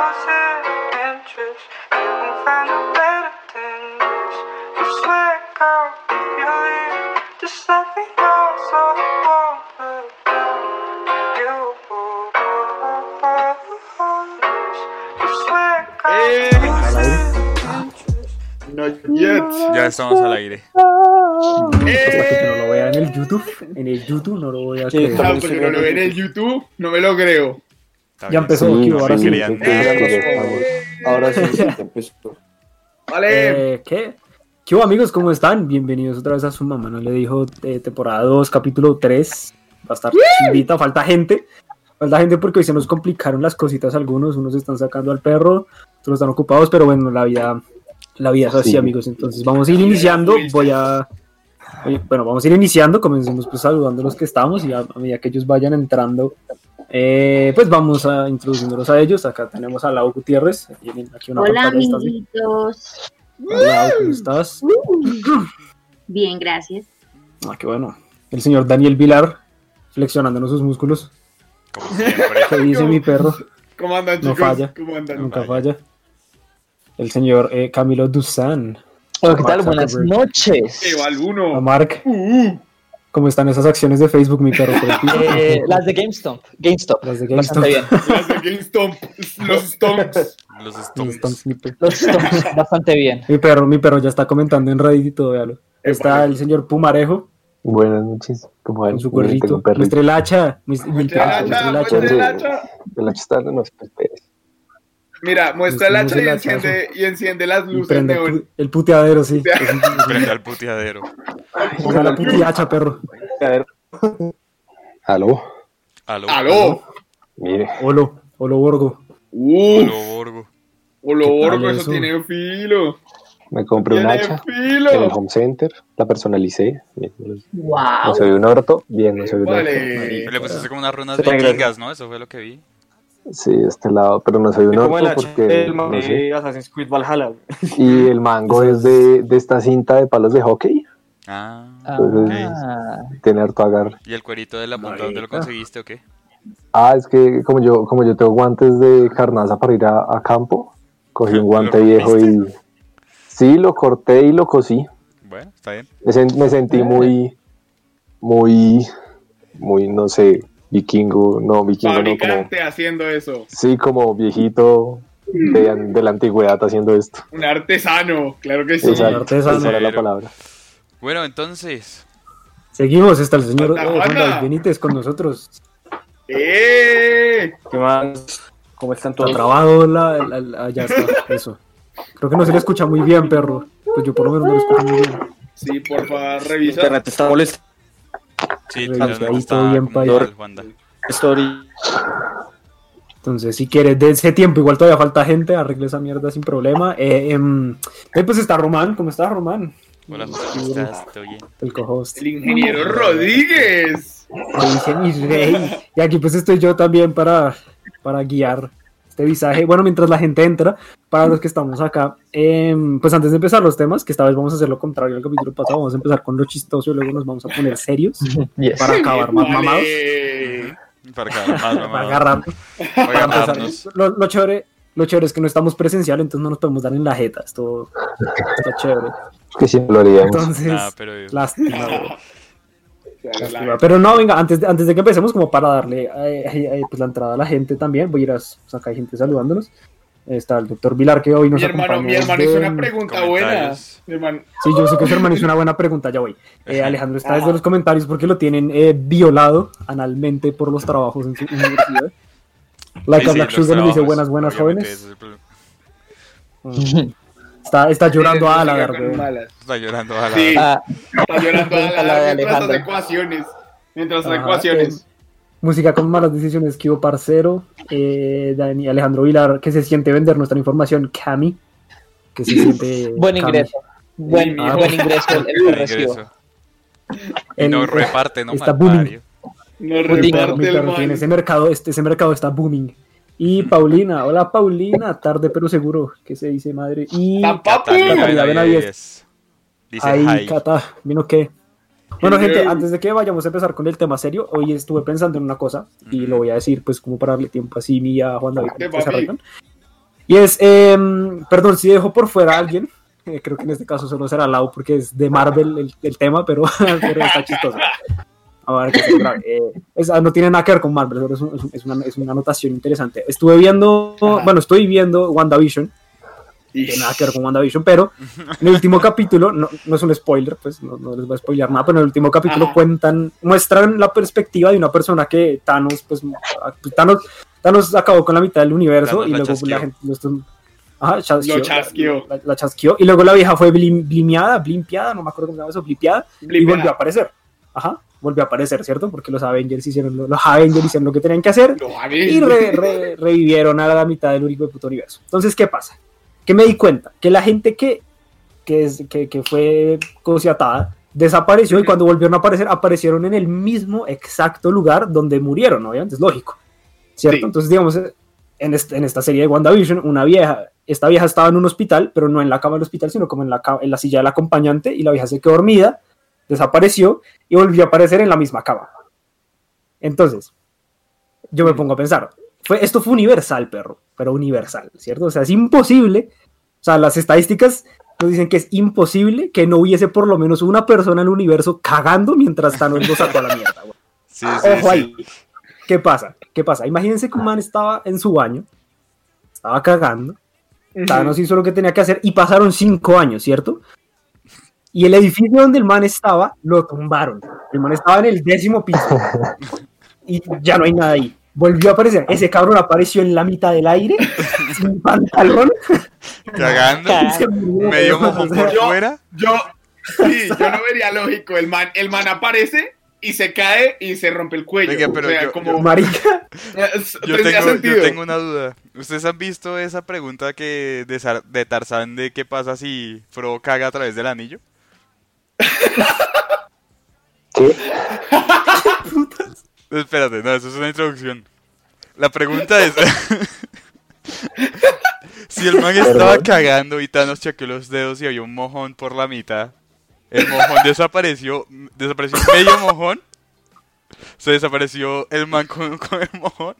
Losing interest, you can find a better than this. You swear, girl, if you leave, just let me know so I won't look down. You, you swear, girl, Eh. losing interest. No yet. Ya estamos al aire. Para que no lo vea en el YouTube. En el YouTube no lo voy a Sí, creer. está- Ah, porque Eh, no lo ven en el YouTube, no me lo creo. Está Ya bien. empezó, Sí, Kio, ahora sí. sí, quería- sí, sí, Ahora sí, sí, te empezó. Vale. Eh, ¿Qué? ¿Qué hubo, amigos? ¿Cómo están? Bienvenidos otra vez a su mamá. No le dijo eh, temporada 2, capítulo 3. Va a estar chimbita, falta gente. Falta gente porque hoy se nos complicaron las cositas algunos. Unos están sacando al perro, otros están ocupados, pero bueno, la vida, la vida es así, Sí. amigos. Entonces vamos a ir iniciando. Voy a. oye, Bueno, vamos a ir iniciando. Comencemos pues saludando a los que estamos y a, a medida que ellos vayan entrando. eh, pues vamos a introduciéndonos a ellos. Acá tenemos a Lau Gutiérrez. Aquí en- aquí en una Hola, pantalla está- amiguitos. Hola, ¿cómo estás? Bien, gracias. Ah, qué bueno. El señor Daniel Vilar, flexionándonos sus músculos. Como siempre. ¿Qué dice mi perro? ¿Cómo andan, No chicos? falla. ¿Cómo andan? Nunca falla. El señor eh, Camilo Dusan. Hola, ¿qué tal? Mark Buenas Zuckerberg. Eh, noches. va A alguno. Mark, Uh, uh. ¿cómo están esas acciones de Facebook, mi perro? Por aquí. Eh, las de GameStop. GameStop. Las de GameStop. Bastante bien. Las de GameStop, los Stomps. Los Los Stones. stunts, mi perro. Los stocks, bastante bien. Mi perro, mi perro ya está comentando en Reddit y todo, véalo. Está el señor Pumarejo Buenas noches, como con su gorrito. Muestre el hacha. muestre- mi Muestra perro, el muestre hacha, el muestra hacha. el hacha. El hacha está no esperes. Mira, muestra el hacha y Muestra el enciende, y enciende las Y luces prende el neón. pu- el puteadero, sí. Prende al puteadero. Ponga la puti hacha, perro. A ver. Aló, Aló. ¡Aló! mire, Olo, Olo Borgo. ¡Uh! Aló, Borgo. O lo ¿Qué tal orco, eso eso? tiene filo. me compré un Tiene hacha en el filo. home center, la personalicé. Bien, No Wow. se ve un orto, bien, no se ve un orto. Ah, Vale. Le pusiste como unas runas Se te agradece. vikingas, ¿no? Eso fue lo que vi. Sí, de este lado, pero no se ve un como el orto hacha porque. del man No sé. de Assassin's Creed Valhalla. Y el mango es de, de esta cinta de palos de hockey. Ah. Ah, Tiene harto agarre. ¿Y el cuerito de la punta dónde lo conseguiste o qué? Ah, es que como yo, como yo tengo guantes de carnaza para ir a, a campo, cogí ¿Lo un guante viejo y. Sí, lo corté y lo cosí. Bueno, está bien. Me, sen- me sentí muy, muy, muy, no sé, vikingo, no, vikingo, no, como, Fabricante haciendo eso. sí, como viejito de, de la antigüedad haciendo esto. Un artesano, claro que sí. Exacto, artesano. esa era la palabra. Bueno, entonces. Seguimos, está el señor Santa eh, Juan Juana. David Benítez con nosotros. ¡Eh! ¿Qué más? ¿Cómo están Está todos? trabado la, la- la- ya está, eso. Creo que no se le escucha muy bien, perro. Pues yo por lo menos no lo escucho muy bien. Sí, porfa, revisa. Internet está molesto. Sí, Revisado, ya no está todo bien como pa' allá. tal, Wanda. Story. Entonces, si quieres, de ese tiempo, igual todavía falta gente, arregle esa mierda sin problema. Eh, em, eh, pues está Román, ¿cómo está Román? Hola, José, ¿cómo estás? ¿Todo bien? El cohost. El ingeniero Rodríguez. Me dice mi rey. Y aquí pues estoy yo también para, para guiar este visaje. Bueno, mientras la gente entra, para los que estamos acá, em, pues antes de empezar los temas, que esta vez vamos a hacer lo contrario al capítulo pasado, vamos a empezar con lo chistoso y luego nos vamos a poner serios yes. para acabar más mamados. Vale. Para acabar más, Para mamá. agarrar, Para para empezar. agarrarnos. Lo, lo chévere, lo chévere es que no estamos presencial, entonces no nos podemos dar en la jeta. Esto está chévere. Que siempre lo haríamos. Entonces, Nada, pero. lástima. bro. Claro, Lástima. la- Pero no, venga, antes de, antes de que empecemos, como para darle eh, eh, eh, pues, la entrada a la gente también, voy a ir a pues, acá hay gente saludándonos. Está el doctor Vilar que hoy nos Mi hermano, acompaña. mi hermano desde- hizo una pregunta buena. comentarios. Mi hermano- Sí, yo sé que su hermano hizo una buena pregunta, ya voy. Eh, Alejandro está desde los comentarios porque lo tienen eh, violado analmente por los trabajos en su universidad. La Sí, sí, Black los Sugar le dice trabajos, buenas, buenas obviamente, jóvenes. ese Mm. es el problema. Está, está Sí, llorando a música Aladar, con weón. malas. Está llorando a la. Sí. Ah, Está llorando a La la de mientras las Alejandro. ecuaciones. Mientras las Ajá, ecuaciones. Música con malas decisiones, Kibo Parcero, eh, Dani Alejandro Vilar, que se siente vender nuestra información, Cami, que se siente... buen Cami. ingreso. Buen, Ah. buen ingreso el, el que recibo. Ingreso. Y El- no reparte, no está mal booming. parido. Pues Nos Un Mi perro, mi reparte el perro tiene man. ese mercado, este, ese mercado está booming. Y Paulina, hola Paulina, tarde pero seguro, que se dice madre. Y ¡Tan papi! Catalina. Catalina Benavides. Benavides. Dice ahí, hi. Cata, vino que... Bueno, Hey, gente, hey. antes de que vayamos a empezar con el tema serio, hoy estuve pensando en una cosa y lo voy a decir, pues, como para darle tiempo así mi a Juan David. ¿Qué, que se papi? arreglan. Y es, em, perdón, si dejo por fuera a alguien, eh, creo que en este caso solo será Lau porque es de Marvel el, el tema, pero, pero está chistoso. A ver, que se grave. Eh, es- no tiene nada que ver con Marvel, pero es, un- es un- es una, es una anotación interesante. Estuve viendo, bueno, estoy viendo WandaVision, que tiene nada que ver con WandaVision, pero en el último capítulo, no, no es un spoiler, pues no, no les voy a spoiler nada, pero en el último capítulo Ajá. cuentan, muestran la perspectiva de una persona que Thanos, pues Thanos, Thanos acabó con la mitad del universo Thanos y la luego chasqueó. la gente los- ajá, chasqueó, Lo chasqueó. La, la- la chasqueó y luego la vieja fue blim- blimeada, blimpiada, no me acuerdo cómo se llama eso, blipeada y volvió a Blipeada. aparecer. Ajá, volvió a aparecer, ¿cierto? Porque los Avengers hicieron lo, los Avengers hicieron lo que tenían que hacer Lo y re- re- revivieron a la mitad del único de puto universo. Entonces, ¿qué pasa? Que me di cuenta que la gente que, que, es- que, que fue cosiatada desapareció y cuando volvieron a aparecer, aparecieron en el mismo exacto lugar donde murieron, obviamente, es lógico. ¿Cierto? Sí. Entonces, digamos, eh, en, este- en esta serie de WandaVision, una vieja, esta vieja estaba en un hospital, pero no en la cama del hospital, sino como en la, ca- en la silla del acompañante y la vieja se quedó dormida, desapareció y volvió a aparecer en la misma cama. Entonces, yo me pongo a pensar, fue, esto fue universal, perro, pero universal, ¿cierto? O sea, es imposible, o sea, las estadísticas nos dicen que es imposible que no hubiese por lo menos una persona en el universo cagando mientras Thanos lo sacó a la mierda, güey. Sí, sí, Ojo sí. ahí. ¿Qué pasa? ¿Qué pasa? Imagínense que un man estaba en su baño, estaba cagando, Thanos hizo lo que tenía que hacer y pasaron cinco años, ¿cierto? Y el edificio donde el man estaba lo tumbaron. El man estaba en el décimo piso y ya no hay nada ahí. Volvió a aparecer. Ese cabrón apareció en la mitad del aire, sin pantalón. Cagando. y se murió. Medio mojo O sea, por fuera. Yo, sí, yo no vería lógico. El man, el man aparece y se cae y se rompe el cuello. Venga, pero o sea, yo- como. Marica, Es- Yo tendría tengo, sentido. yo tengo una duda. ¿Ustedes han visto esa pregunta que de, Sar- de Tarzán de qué pasa si Fro caga a través del anillo? ¿Qué? Espérate, no, eso es una introducción. La pregunta es... si el man estaba Perdón. cagando y Thanos chequeó los dedos y había un mojón por la mitad, el mojón desapareció, desapareció medio mojón, se desapareció el man con, con el mojón,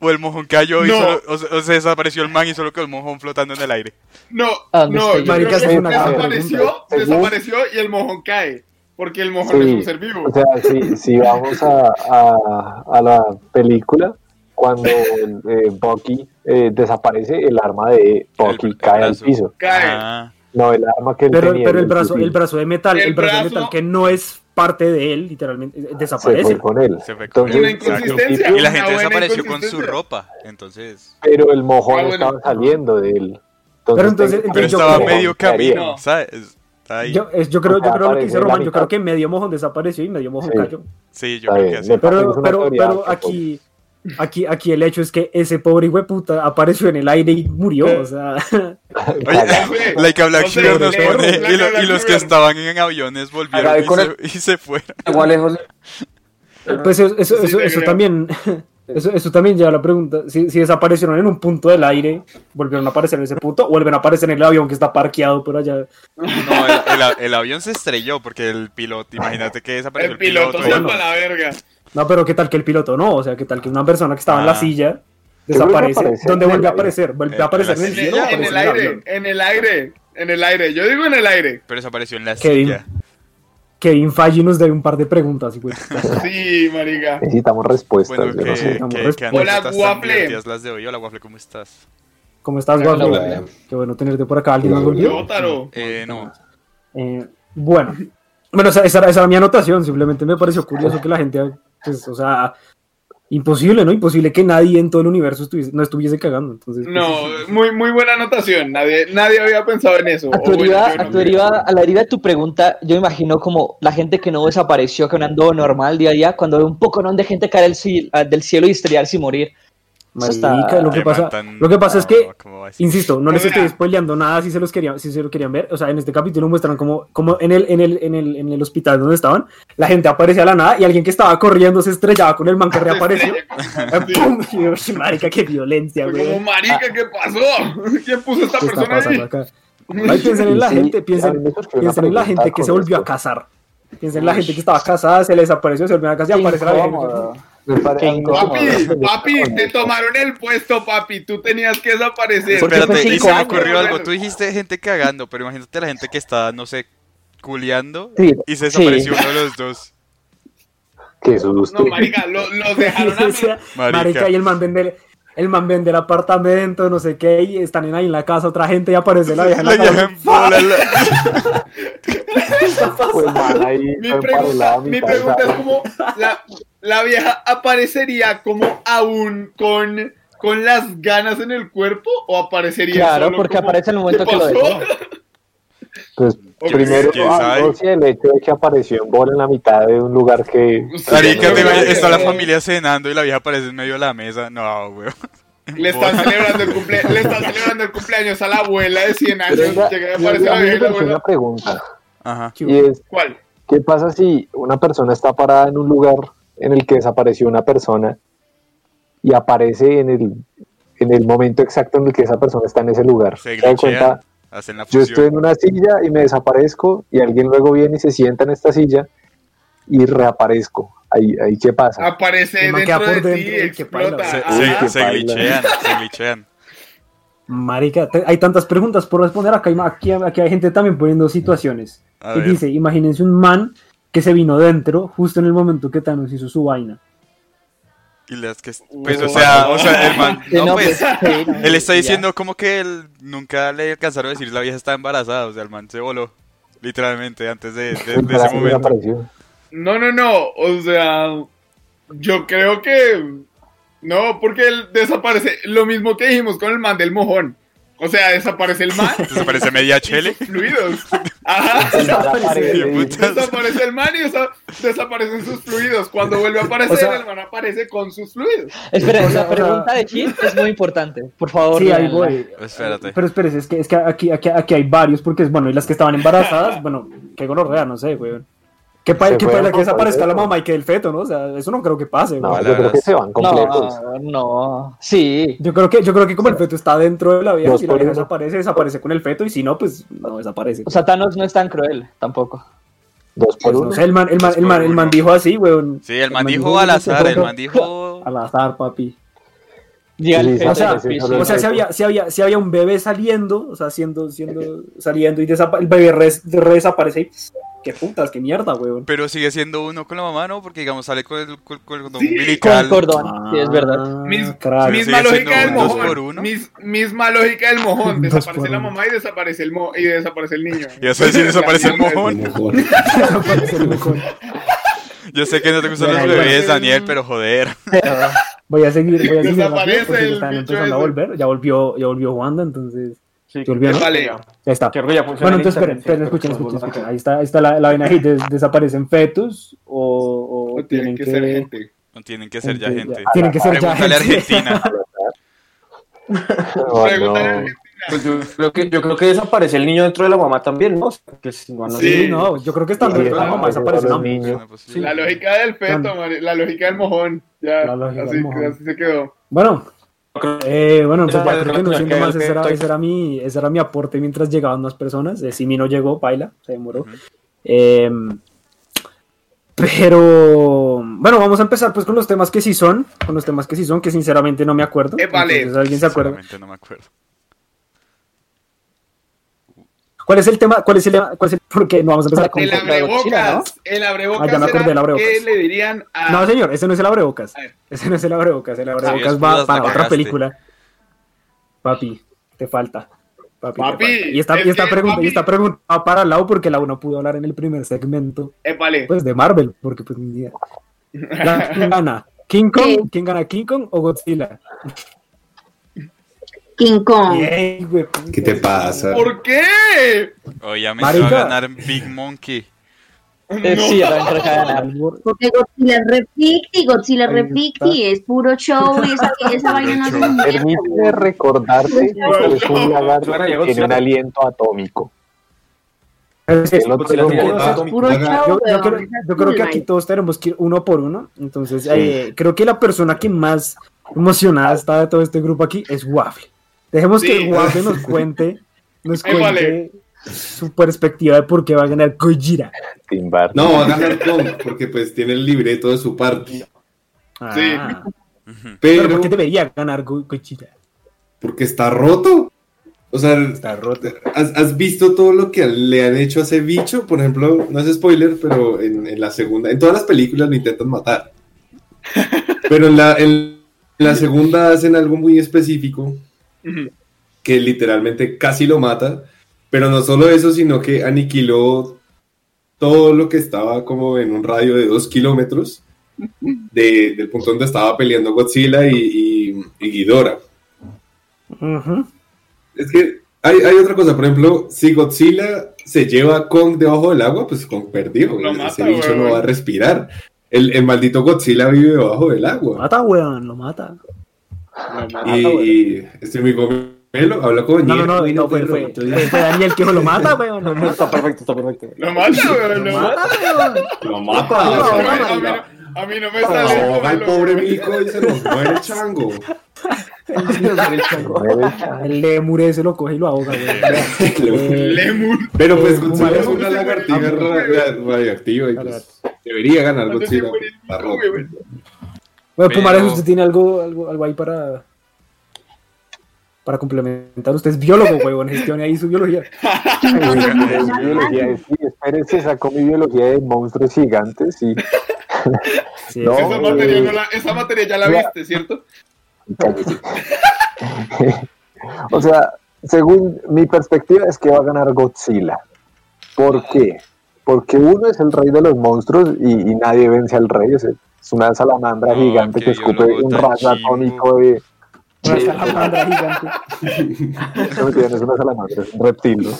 o el mojón cayó y No. solo- o, se- o se desapareció el man y solo quedó el mojón flotando en el aire. No, ¿A dónde no, estoy? yo Marica, creo es que una gran ¿eh? desapareció, pregunta. desapareció y el mojón cae. Porque el mojón es un ser vivo. O sea, si, si vamos a, a, a la película, cuando eh, Bucky eh, desaparece, el arma de Bucky El- el cae al brazo. piso. cae. Ah, No, el arma que él pero, tenía. pero el en brazo, el fusil brazo de metal, El el brazo de brazo- metal que no es parte de él, literalmente, eh, se fue desaparece. con él. se fue con Entonces, Una en inconsistencia. principio, Y la Una gente buena desapareció con su inconsistencia. ropa, entonces... pero el mojón Ah, bueno. estaba saliendo de él. pues, Pero entonces- técnicamente, Pero Yo estaba creo- medio caería. camino, ¿sabes? Está ahí. Yo, es- yo creo, yo creo O sea, lo que aparece dice la Román, yo mitad. creo que medio mojón desapareció y medio mojón Sí. cayó. Sí, yo Está creo bien, que así. me- Es Pero, una pero, teoría, pero pues. aquí, aquí, aquí el hecho es que ese pobre hueputa apareció en el aire y murió. O sea, pues, Caga. Oye, Like a Black No sé, Mirror nos Black pone Mirror, y, lo- Black y los que Mirror. estaban en aviones Haga volvieron de y con se, y se fueron. Igual lejos. pues eso, eso, Ah, Sí, eso, te eso creo. también. Eso, eso también lleva a la pregunta, si, si desaparecieron en un punto del aire, volvieron a aparecer en ese punto, o vuelven a aparecer en el avión que está parqueado por allá. No, el, el a- el avión se estrelló porque el piloto, imagínate que el desapareció el piloto piloto. se bueno. va a la verga. No, pero qué tal que el piloto no, o sea, qué tal que una persona que estaba en Ah. la silla Yo creo que desaparece, aparece ¿dónde en vuelve el a avión. aparecer? Vuelve En- a aparecer en en el Eh, En la el, silla, cielo, o en el aparece en el aire, avión. en el aire, en el aire. Yo digo en el aire. Pero desapareció en la Kevin. silla. Kevin Falli nos debe un par de preguntas, güey. Sí, marica. Necesitamos respuestas. Bueno, yo que, no sé. no que, respondo. que Hola, anécdotas tan Waffle. divertidas las de hoy. Hola, Waffle, ¿cómo estás? ¿Cómo estás, Hola, Guapo? hola. Qué bueno tenerte por acá. ¿Alguien más Hola, volvió? Lótaro. Eh, no. Eh, bueno, bueno, esa, esa era, esa era mi anotación. Simplemente me pareció curioso que la gente, pues, o sea, imposible, ¿no? Imposible que nadie en todo el universo estuviese, no estuviese cagando. Entonces, pues, No, muy, muy buena anotación. Nadie, nadie había pensado en eso. A tu O Oh, bueno, deriva- yo no a tu creo. deriva- a la deriva de tu pregunta, yo imagino como la gente que no desapareció caminando normal día a día, cuando ve un poconón de gente caer del, ci- ah, del cielo y estrellarse y morir. marica, Eso está- lo que Qué pasa, man tan- lo que pasa es que no, ¿cómo va a decir? Insisto, no O les sea- estoy spoileando nada si se los querían, si se lo querían ver. O sea, en este capítulo muestran como, como en, el, en, el, en, el, en el hospital donde estaban, la gente aparece a la nada y alguien que estaba corriendo se estrellaba con el man que reapareció. Sí. ¡Pum! Y yo, marica, qué violencia, Fue güey. como, marica, ¿qué pasó? ¿Quién puso esta ¿Qué está persona ahí? pasando acá? Ay, piensen en la Sí, gente, a mí piensen, me surgió una piensen en la pregunta gente que con se volvió a esto. casar. Piensen en la gente que estaba casada, se les apareció, se volvió a casar y aparece la vieja. Me pare- a mí me Papi, parece- papi, te tomaron el puesto, papi. Tú tenías que desaparecer. ¿Por qué fue Espérate, y cinco se me años? ocurrió algo. Tú dijiste gente cagando, pero imagínate la gente que está, no sé, culeando Sí, y se sí. desapareció uno de los dos. Qué susto. No, marica, lo- los dejaron a O sea, Marica. marica. y el man vender el man vender apartamento, no sé qué, y están ahí en la casa otra gente y aparece la vieja en La la vieja casa. en bola, la- Fue mal Pues, ahí, Mi fue pregunta, emparolada mi mitad, pregunta es ¿sabes? cómo la, la vieja aparecería como aún con, con las ganas en el cuerpo o aparecería Claro, solo porque como, aparece en el momento "¿Qué que lo pasó?" Pues Yo- primero, quién ah, sabe. no, sí, el hecho de que apareció en bola en la mitad de un lugar que. Marica, Sí, te imag- sí, está la sí. familia cenando y la vieja aparece en medio de la mesa. No, weón. Le están celebrando el cumple- le están celebrando el cumpleaños a la abuela de 100 años. Pero venga, Llega y a mí aparece la Ah, vieja me y la surgió una abuela, pregunta. Ajá. Y es: ¿Cuál? ¿qué pasa si una persona está parada en un lugar en el que desapareció una persona y aparece en el, en el momento exacto en el que esa persona está en ese lugar? Se ¿Se da cuenta? glitchean, hacen la Yo estoy fusión. en una silla y me desaparezco y alguien luego viene y se sienta en esta silla y reaparezco. Ahí, ahí ¿qué pasa? Aparece El man dentro queda de por ti y dentro, uy, qué paila, explota. Se, Ah, se, qué se paila. glitchean, se glitchean. Marica, te- hay tantas preguntas por responder. Acá hay, ma- aquí, aquí hay gente también poniendo situaciones. A y ver. dice, imagínense un man que se vino dentro justo en el momento que Thanos hizo su vaina. Y las que. Pues, o sea, o sea, el man. Sí, No, pues. sí, no, Él está ya. diciendo como que él nunca le alcanzaron a decir la vieja está embarazada, o sea, el man se voló, literalmente, antes de, de- de Para ese mí momento. desapareció. No, no, no. O sea, yo creo que. No, porque él desaparece. Lo mismo que dijimos con el man del mojón. O sea, desaparece el man. Entonces aparece media chele. sus fluidos. Ajá. Desaparece. Hijo de puta. Desaparece el man y o sea, desaparecen sus fluidos. Cuando vuelve a aparecer, O sea- el man aparece con sus fluidos. Espera, O sea, la o sea- pregunta de Chin es muy importante. Por favor, Sí, ahí léanla. voy. Espérate. Pero espérese, es que, es que aquí, aquí, aquí hay varios, porque es bueno, y las que estaban embarazadas, bueno, qué gonorrea, no sé, güey. Qué Se paila que, fueron que con desaparezca la todo. mamá y que el feto, ¿no? O sea, eso no creo que pase, No, güey. yo creo que se van completos. No, no. Sí. Yo creo que, yo creo que como el feto está dentro de la vieja, Dos si la por vieja uno. desaparece, desaparece con el feto, y si no, pues no desaparece. O sea, Thanos no es tan cruel tampoco. Dos por Pues uno. no sé, el man, el man, Dos el por man, el man uno. dijo así, weón. Sí, el man dijo al azar, el man dijo... Al azar, papi. Llega Sí, el sí, jefe o sea, del piso. Pero O sea, si había, si había, si había un bebé saliendo, o sea, siendo, siendo, saliendo y desapa- el bebé res- re desaparece y pss, qué putas, qué mierda, weón. Pero sigue siendo uno con la mamá, ¿no? Porque, digamos, sale con el, con, con el condón Sí, con umbilical. cordón. Ah, sí, es verdad. Mis- crack. mis- misma sigue lógica del siendo un dos mojón. por uno. Mis- misma lógica del mojón. Un dos Desaparece por la uno. mamá y desaparece el, mo y desaparece el niño. Ya sabes si desaparece el mojón. Desaparece el mejor. Yo sé que no te gustan los Ay, bebés, bueno. Daniel, pero joder. Voy a seguir, voy a seguir. Desaparece rápido porque el ya están bicho empezando a ese. volver. Ya volvió, ya volvió Wanda, entonces Sí, Se olvidó, ¿no? Vale. ya está. Creo que ya funciona Bueno, entonces el esperen, esperen, internet, sí, escuchen, pero escuchen, los escuchen. Ahí está, ahí está la, la vaina ahí, des- desaparecen fetos o, o No tienen que ser gente. No tienen que ser ya gente. Tienen que ser Ah, ya Pregúntale a gente. Argentina. No, Pregúntale a no. Argentina. Pues yo, creo que, yo creo que desaparece el niño dentro de la mamá también, ¿no? Que si no, no Sí. Sí, no, yo creo que están Sí, dentro de la mamá, claro, desaparece los la mamá. niños. Es una posibilidad. La lógica del feto, Tan- mari- la lógica del mojón. Ya, La lógica así, del mojón. así se quedó. Bueno, creo que- eh, bueno, pues ya Eso fue creo lo que no que siendo me más, quedé, ese era, estoy- ese era mi, ese era mi aporte mientras llegaban más personas. Eh, Simi no llegó, paila, se demoró. Ujú. Eh, pero bueno, vamos a empezar pues con los temas que sí son, con los temas que sí son, que sinceramente no me acuerdo. Épale. Entonces, ¿alguien se acuerda? Sinceramente no me acuerdo. ¿Cuál es el tema? ¿Cuál es el tema? ¿Cuál es el- ¿Por qué? No vamos a empezar con. El la abrebocas. China, El abrebocas. Ah, ya me acordé, era el abrebocas. que le dirían a. No, señor, ese no es el abrebocas. A ver. Ese no es el abrebocas. El abrebocas Dios, va Judas, para la otra cagaste. película. Papi, te falta. Papi. Papi, te falta. Y esta, es y esta que, pregunta, papi. y esta pregunta va para Lau porque Lau no pudo hablar en el primer segmento Épale. pues, de Marvel. Porque, pues, ni idea. La- ¿Quién gana? ¿King Sí. Kong? ¿Quién gana? ¿King Kong o Godzilla? King Kong. Bien, güey, pues, puta. ¿Qué te pasa? ¿Por qué? Obviamente va a Marica. ganar Big Monkey. Ah. Eh, sí, yo también creo que va a ganar. Albor- Porque Godzilla es repicti, Godzilla es Ahí repicti, es puro show, y esa, esa vaina no se show. Permite mueve. recordarte que es un lagarto que tiene un aliento atómico. Es- es- El otro Godzilla lo tiene- borra. Es puro show, yo, yo weón, creo, esa yo creo que aquí vaina. todos tenemos que ir uno por uno. Entonces, eh, creo que la persona que más emocionada está de todo este grupo aquí es Waffle. Dejemos Sí. que Waffle nos cuente, nos Ahí cuente vale. su perspectiva de por qué va a ganar Gojira. Timbar. No, va a ganar Kong, porque pues tiene el libreto de su parte. Ah. Pero, Pero ¿por qué debería ganar Go- Godzilla? porque está roto. O sea, Está roto. ¿Has, has visto todo lo que le han hecho a ese bicho? Por ejemplo, no es spoiler, pero en, en la segunda, en todas las películas lo intentan matar. Pero en la, en, la segunda hacen algo muy específico que literalmente casi lo mata. Pero no solo eso, sino que aniquiló todo lo que estaba como en un radio de dos kilómetros de- del punto donde estaba peleando Godzilla y, y, y Ghidorah. Ujú. Es que hay, hay otra cosa, por ejemplo, si Godzilla se lleva a Kong debajo del agua, pues Kong perdió. Lo ese mata, bicho no weón. va a respirar. El, el maldito Godzilla vive debajo del Lo agua. mata, weón, lo mata. Ah, y, y este mi gomelo habla con No, no, Ñe- no, no, fue, fue, fue- fue Daniel que lo mata, weón. Lo No, mata, está perfecto, está perfecto. Lo mata, weón. Lo mata. weón. Lo mata. o sea, A lo- mí- a mí lo- no- A mí no me lo sale. ahoga el al pobre mico y se nos muere el chango. El lemure se lo coge y lo ahoga, weón. Eh, Lemur. Pero pues Como Godzilla es algo una que se lagartija muere. ra- ra- radioactiva y pues debería ganar Antes de Godzilla. morir, Está roto. weón. Bueno, Pumares, Pero- usted tiene algo, algo, algo ahí para, para complementar. Usted es biólogo, weón, gestione ahí su biología. biología, sí, espérense, sacó mi biología de monstruos gigantes y Sí, No, sí, Esa sí. materia, no la- esa materia ya la viste, ¿cierto? O sea, según mi perspectiva es que va a ganar Godzilla. ¿Por qué? Porque uno es el rey de los monstruos y, y nadie vence al rey. Es, es una salamandra No, gigante qué que escupe biólogo un tan rayo chimbo. atómico de... Una salamandra gigante. No, mentira, no es una salamandra, es un reptil. ¿no?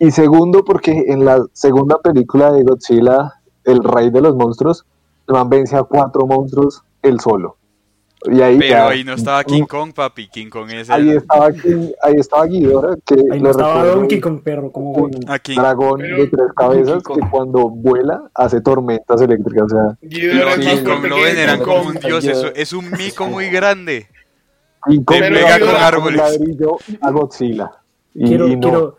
Y segundo, porque en la segunda película de Godzilla, el rey de los monstruos, el man vence a cuatro monstruos él solo. Y ahí Pero ya- ahí no estaba King Kong, papi. King Kong es Ahí el. estaba, King- ahí estaba Ghidorah, que Ahí le no estaba recuerdo- Donkey con perro, como un weón. Aquí. dragón Pero- de tres cabezas Kong. que cuando vuela hace tormentas eléctricas. O sea, Guido Pero era más a King Kong fuerte lo que veneran King como Kong. un dios. eso- es un mico muy grande. y Te pega con árboles. ladrillo a Godzilla. Y, Quiero, y no. quiero,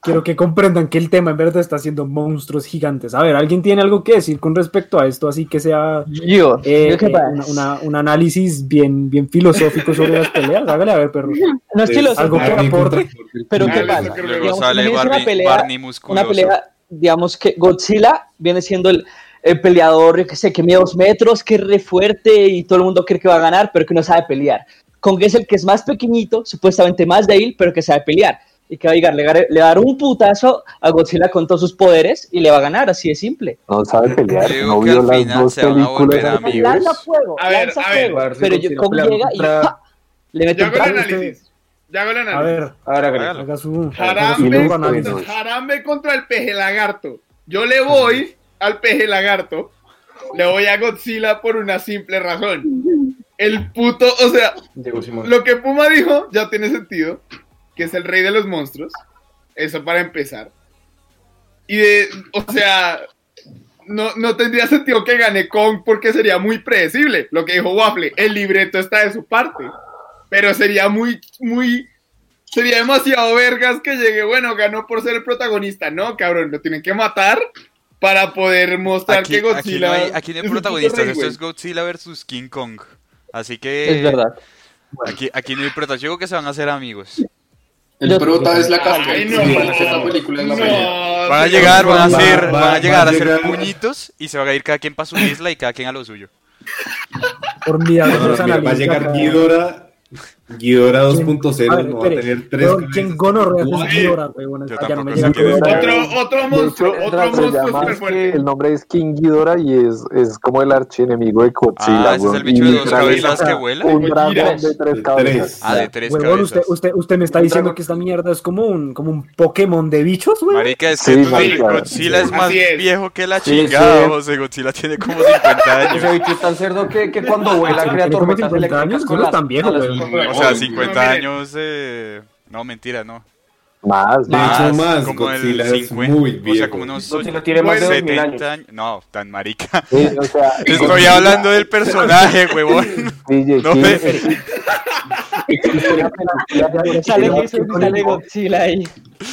quiero que comprendan que el tema en verdad está siendo monstruos gigantes. A ver, ¿alguien tiene algo que decir con respecto a esto? Así que sea Yo, eh, yo qué eh, pasa. una- una- un análisis bien, bien filosófico sobre las peleas. Hágale a ver, perro. no es Es filosófico, algo que Barney aporte. contra Morty. pero qué Dale, pasa. Zuckerberg. Luego Digamos, sale imagínense Barney, una pelea- Barney musculoso. Una pelea, digamos que Godzilla viene siendo el, el peleador, yo que sé, que mide dos metros, que es re fuerte y todo el mundo cree que va a ganar, pero que no sabe pelear. Kong es el que es más pequeñito, supuestamente más débil, pero que sabe pelear. Y que va a llegar, le, va a- le va a dar un putazo a Godzilla con todos sus poderes y le va a ganar, así de simple. No sabe pelear. Yo digo No que vio al las final dos se van a volver películas. amigos. Lanza fuego, A ver, lanza a ver. fuego, pero yo, Kong llega y ¡pa! le mete Ya un hago el taco. análisis. Ya hago el Este- A análisis. ver, Ahora, Greg. Hágalo. haga su, haga su pues, Jarambe luego análisis. contra, Jarambe contra el peje lagarto. Yo le voy al peje lagarto. Le voy a Godzilla por una simple razón. El puto, o sea, Diego Simón. lo que Puma dijo ya tiene sentido. Que es el rey de los monstruos. Eso para empezar. Y de, o sea, no, no tendría sentido que gane Kong porque sería muy predecible. Lo que dijo Waffle, el libreto está de su parte. Pero sería muy, muy, sería demasiado vergas que llegue, bueno, ganó por ser el protagonista. No, cabrón, lo tienen que matar para poder mostrar Aquí, que aquí no Godzilla. hay, aquí no hay es un puto protagonistas. rey, Esto güey. es Godzilla versus King Kong. Así que. Es verdad. Aquí, aquí no hay protagonistas. Yo digo que se van a hacer amigos. Yo- El prota es la casca. Ay, Sí, no, van a hacer la película de la pelea. no, Van a señor. llegar, van a va- hacer, va- van va a llegar a a hacer llegar- puñitos y se van a ir cada quien para su isla y cada quien a lo suyo. Por mi No, no, mira, va a llegar Ghidorah. Ghidorah 2.0 no va a tener tres cabezas. ¿Quién gonorrea Guay. es Ghidorah, weón? Yo Hasta ah, ya tampoco no me sé llega quién es Ghidorah. Otro, otro De monstruo, hecho, otro se monstruo llama- súper fuerte. El nombre es King Ghidorah y es, es como el archienemigo de Godzilla. Ah, ese es el weón. bicho Y de dos literal, cabezas o sea, que vuela. Un Godzilla. dragón de tres De cabezas. tres. Ah, de tres Huevón, usted, cabezas. usted, usted me está diciendo que esta mierda es como un, como un Pokémon de bichos, güey. Marica, es Sí, que tú- marica. Godzilla es Así más es. viejo que la Sí, chingada. sí. José Godzilla tiene como 50 Ese años. bicho es tan cerdo que, que cuando vuela Tiene crea como tormentas 50 eléctricas años, con pero las- tan viejo, con las- güey. con las- O sea, Pero 50 miren. años. eh, No, mentira, no. Más, De más. hecho, más. como el Godzilla es 50, muy O sea, viejo. como unos Godzilla tiene más de 2000 años. 70 años. No, tan marica. Sí, o sea, Estoy hablando del personaje, huevón. DJ No King me- es- Sale Jesús y sale Godzilla ahí.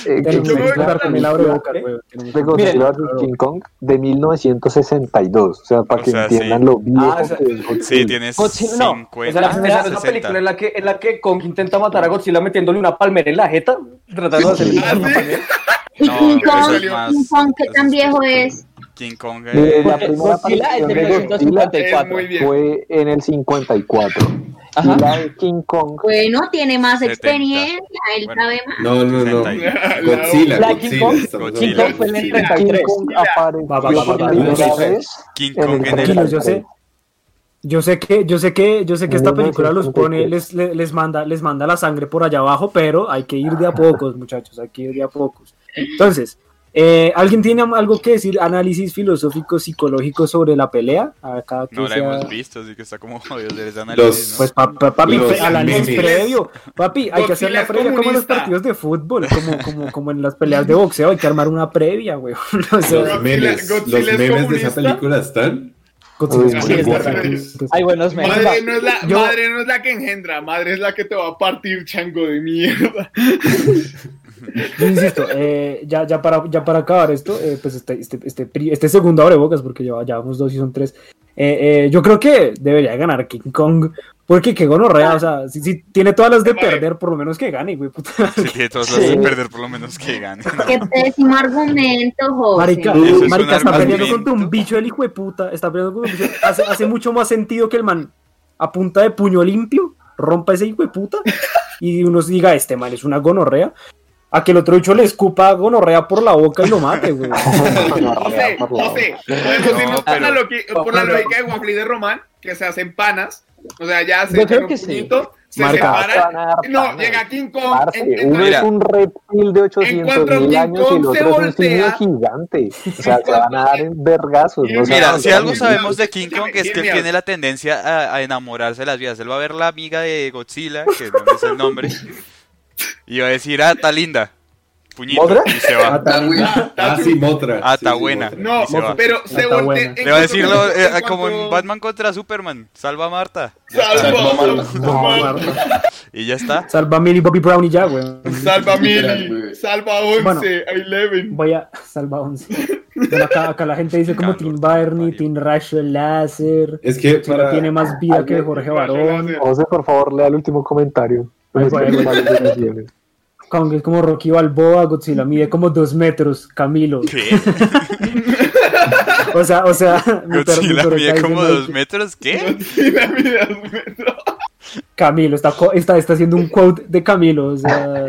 Tenemos que voy a explotar hablar también la de- abrebocas, weón. Tenemos que- de Godzilla vs. King Kong de 1962. O sea, para O que sea, entiendan sí. lo viejo Ah, o sea, que es Godzilla. Sí, tienes Godzilla, no. 50, O sea, la primera es una 60. película en la, que, en la que Kong intenta matar a Godzilla metiéndole una palmera en la jeta, tratando de hacerle Ah, una sí. palmera. Y No, King eso Kong, es más- King Kong, ¿qué eso tan es- viejo es? King Kong. eh, Eh, la Porque primera Godzilla es de aparición de Godzilla 1954. Es muy bien. fue en el 54. Ajá. Y la de King Kong Bueno, tiene más 70. experiencia, él Bueno. sabe más. No, no, no. 60. Godzilla, La King Godzilla. Kong- estamos King hablando de Kong fue en el Godzilla. 30. King 33. Kong Va, va, va, apareció va, por va, primera va, va. vez King en el Kong en el. Tranquilos, yo sé. Yo sé que, yo sé que, yo sé que esta película los pone, les, le- les manda, les manda la sangre por allá abajo, pero hay que ir de a pocos, muchachos, hay que ir de a pocos. Entonces, eh, ¿alguien tiene algo que decir? Análisis filosófico, psicológico sobre la pelea. Acá que No la sea- hemos visto, así que está como jodido de ese análisis, ¿no? Pues pa- pa- papi, Los fe- análisis memes. previo. Papi, hay que hacer Godzilla la es previa como en los comunista. partidos de fútbol, como, como, como en las peleas de boxeo, hay que armar una previa, güey. O sea, Los memes, Godzilla los es memes de esa comunista. película están. Godzilla es Uy, comunista, bueno. entonces- Hay buenos memes. Madre no, es la, Yo- madre no es la que engendra, madre es la que te va a partir, chango de mierda. Yo insisto, eh, ya, ya, para, ya para acabar esto, eh, pues este, este, este, pri- este segundo abre bocas, porque ya, ya vamos dos y son tres. eh, eh, yo creo que debería ganar King Kong, porque qué gonorrea, o sea, si, si tiene todas las de Vale. perder, por lo menos que gane, güey, puta. Si tiene todas las de perder, por lo menos que gane. ¿no? Qué pésimo argumento, José. Marica, Eso es un marica está peleando argumento. contra un bicho del hijo de puta, está peleando contra un bicho, hace, hace mucho más sentido que el man a punta de puño limpio rompa ese hijo de puta y uno diga, este man es una gonorrea, a que el otro bicho le escupa gonorrea por la boca y lo mate, güey. José, José, José, No, no, por, la pero- loqui- por la lógica de Juan Felipe de Román, que se hacen panas, o sea, ya se Yo creo echan que un sí. puñito, se Marca. separan. Panas, No, panas. llega King Kong. Parce, en- este en- uno Mira. es un reptil de 800 King mil años y Kong el se otro es un voltea. simio gigante. O sea, se van a dar en vergazos. no se van a Mira, dar si algo en- sabemos de King Kong es que él Mira. tiene la tendencia a, a enamorarse de las vidas. Él va a ver la amiga de Godzilla, que no me sé el nombre, y va a decir, ah, está linda. Puñito. ¿Modra? Y se va. Mata, güey. Ah, sí, Motra. Ah, sí, está sí, buena. Motra. No, Y se va. pero se Está voltea. buena. en Le va cuanto- a decirlo eh, en como en cuanto- Batman contra Superman. Salva a Marta. Ya está. Salva, Salva, salva, Y ya está. Salva a Millie Bobby Brown y ya, güey. salva a Mili, Literal, salva a 11, Bueno. a 11. Voy a salvar 11. Bueno, acá, acá la gente dice como Calor, Tim Barney, Mario. Tim Rayo Láser. Es que Godzilla para- tiene más vida que Jorge Barón. José, por favor, lea el último comentario. Ay, Los bueno. últimos comentarios. Kong es como Rocky Balboa, Godzilla mide como dos metros, Camilo. ¿Qué? O sea, o sea, mi per- mi Godzilla perro está mide como diciendo dos que- metros. ¿Qué? Godzilla mide dos metros. Camilo, está, co- está, está haciendo un quote de Camilo. O sea,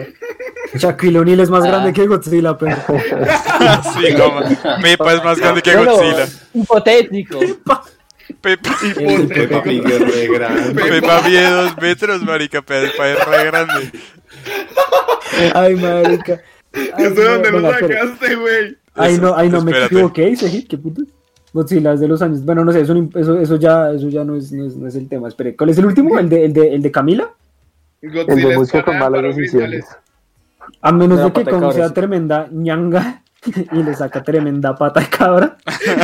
Shaquille O'Neal es más grande que Godzilla, pero. Sí, como. Pepa es más grande que Bueno, Godzilla. hipotético. Pepa, Peppa Pig es re grande. Pepa mide dos metros, marica. Pepa es re grande. Ay, marica. Ay, Eso de donde lo venga, espere. sacaste, güey. Ay, Eso, no, ay, no, me espérate. equivoqué, dice Hit, qué puto. Godzilla es de los años. Bueno, no sé, eso, no imp- eso, eso ya, eso ya no, es, no, es, no es el tema. Espere, ¿cuál es el último? ¿El de, el de, el de Camila? Godzilla El de es música con parada malas para decisiones. cristales. A menos Me da de que pata de Kong cabra, sea sí. tremenda ñanga y le saca tremenda pata de cabra.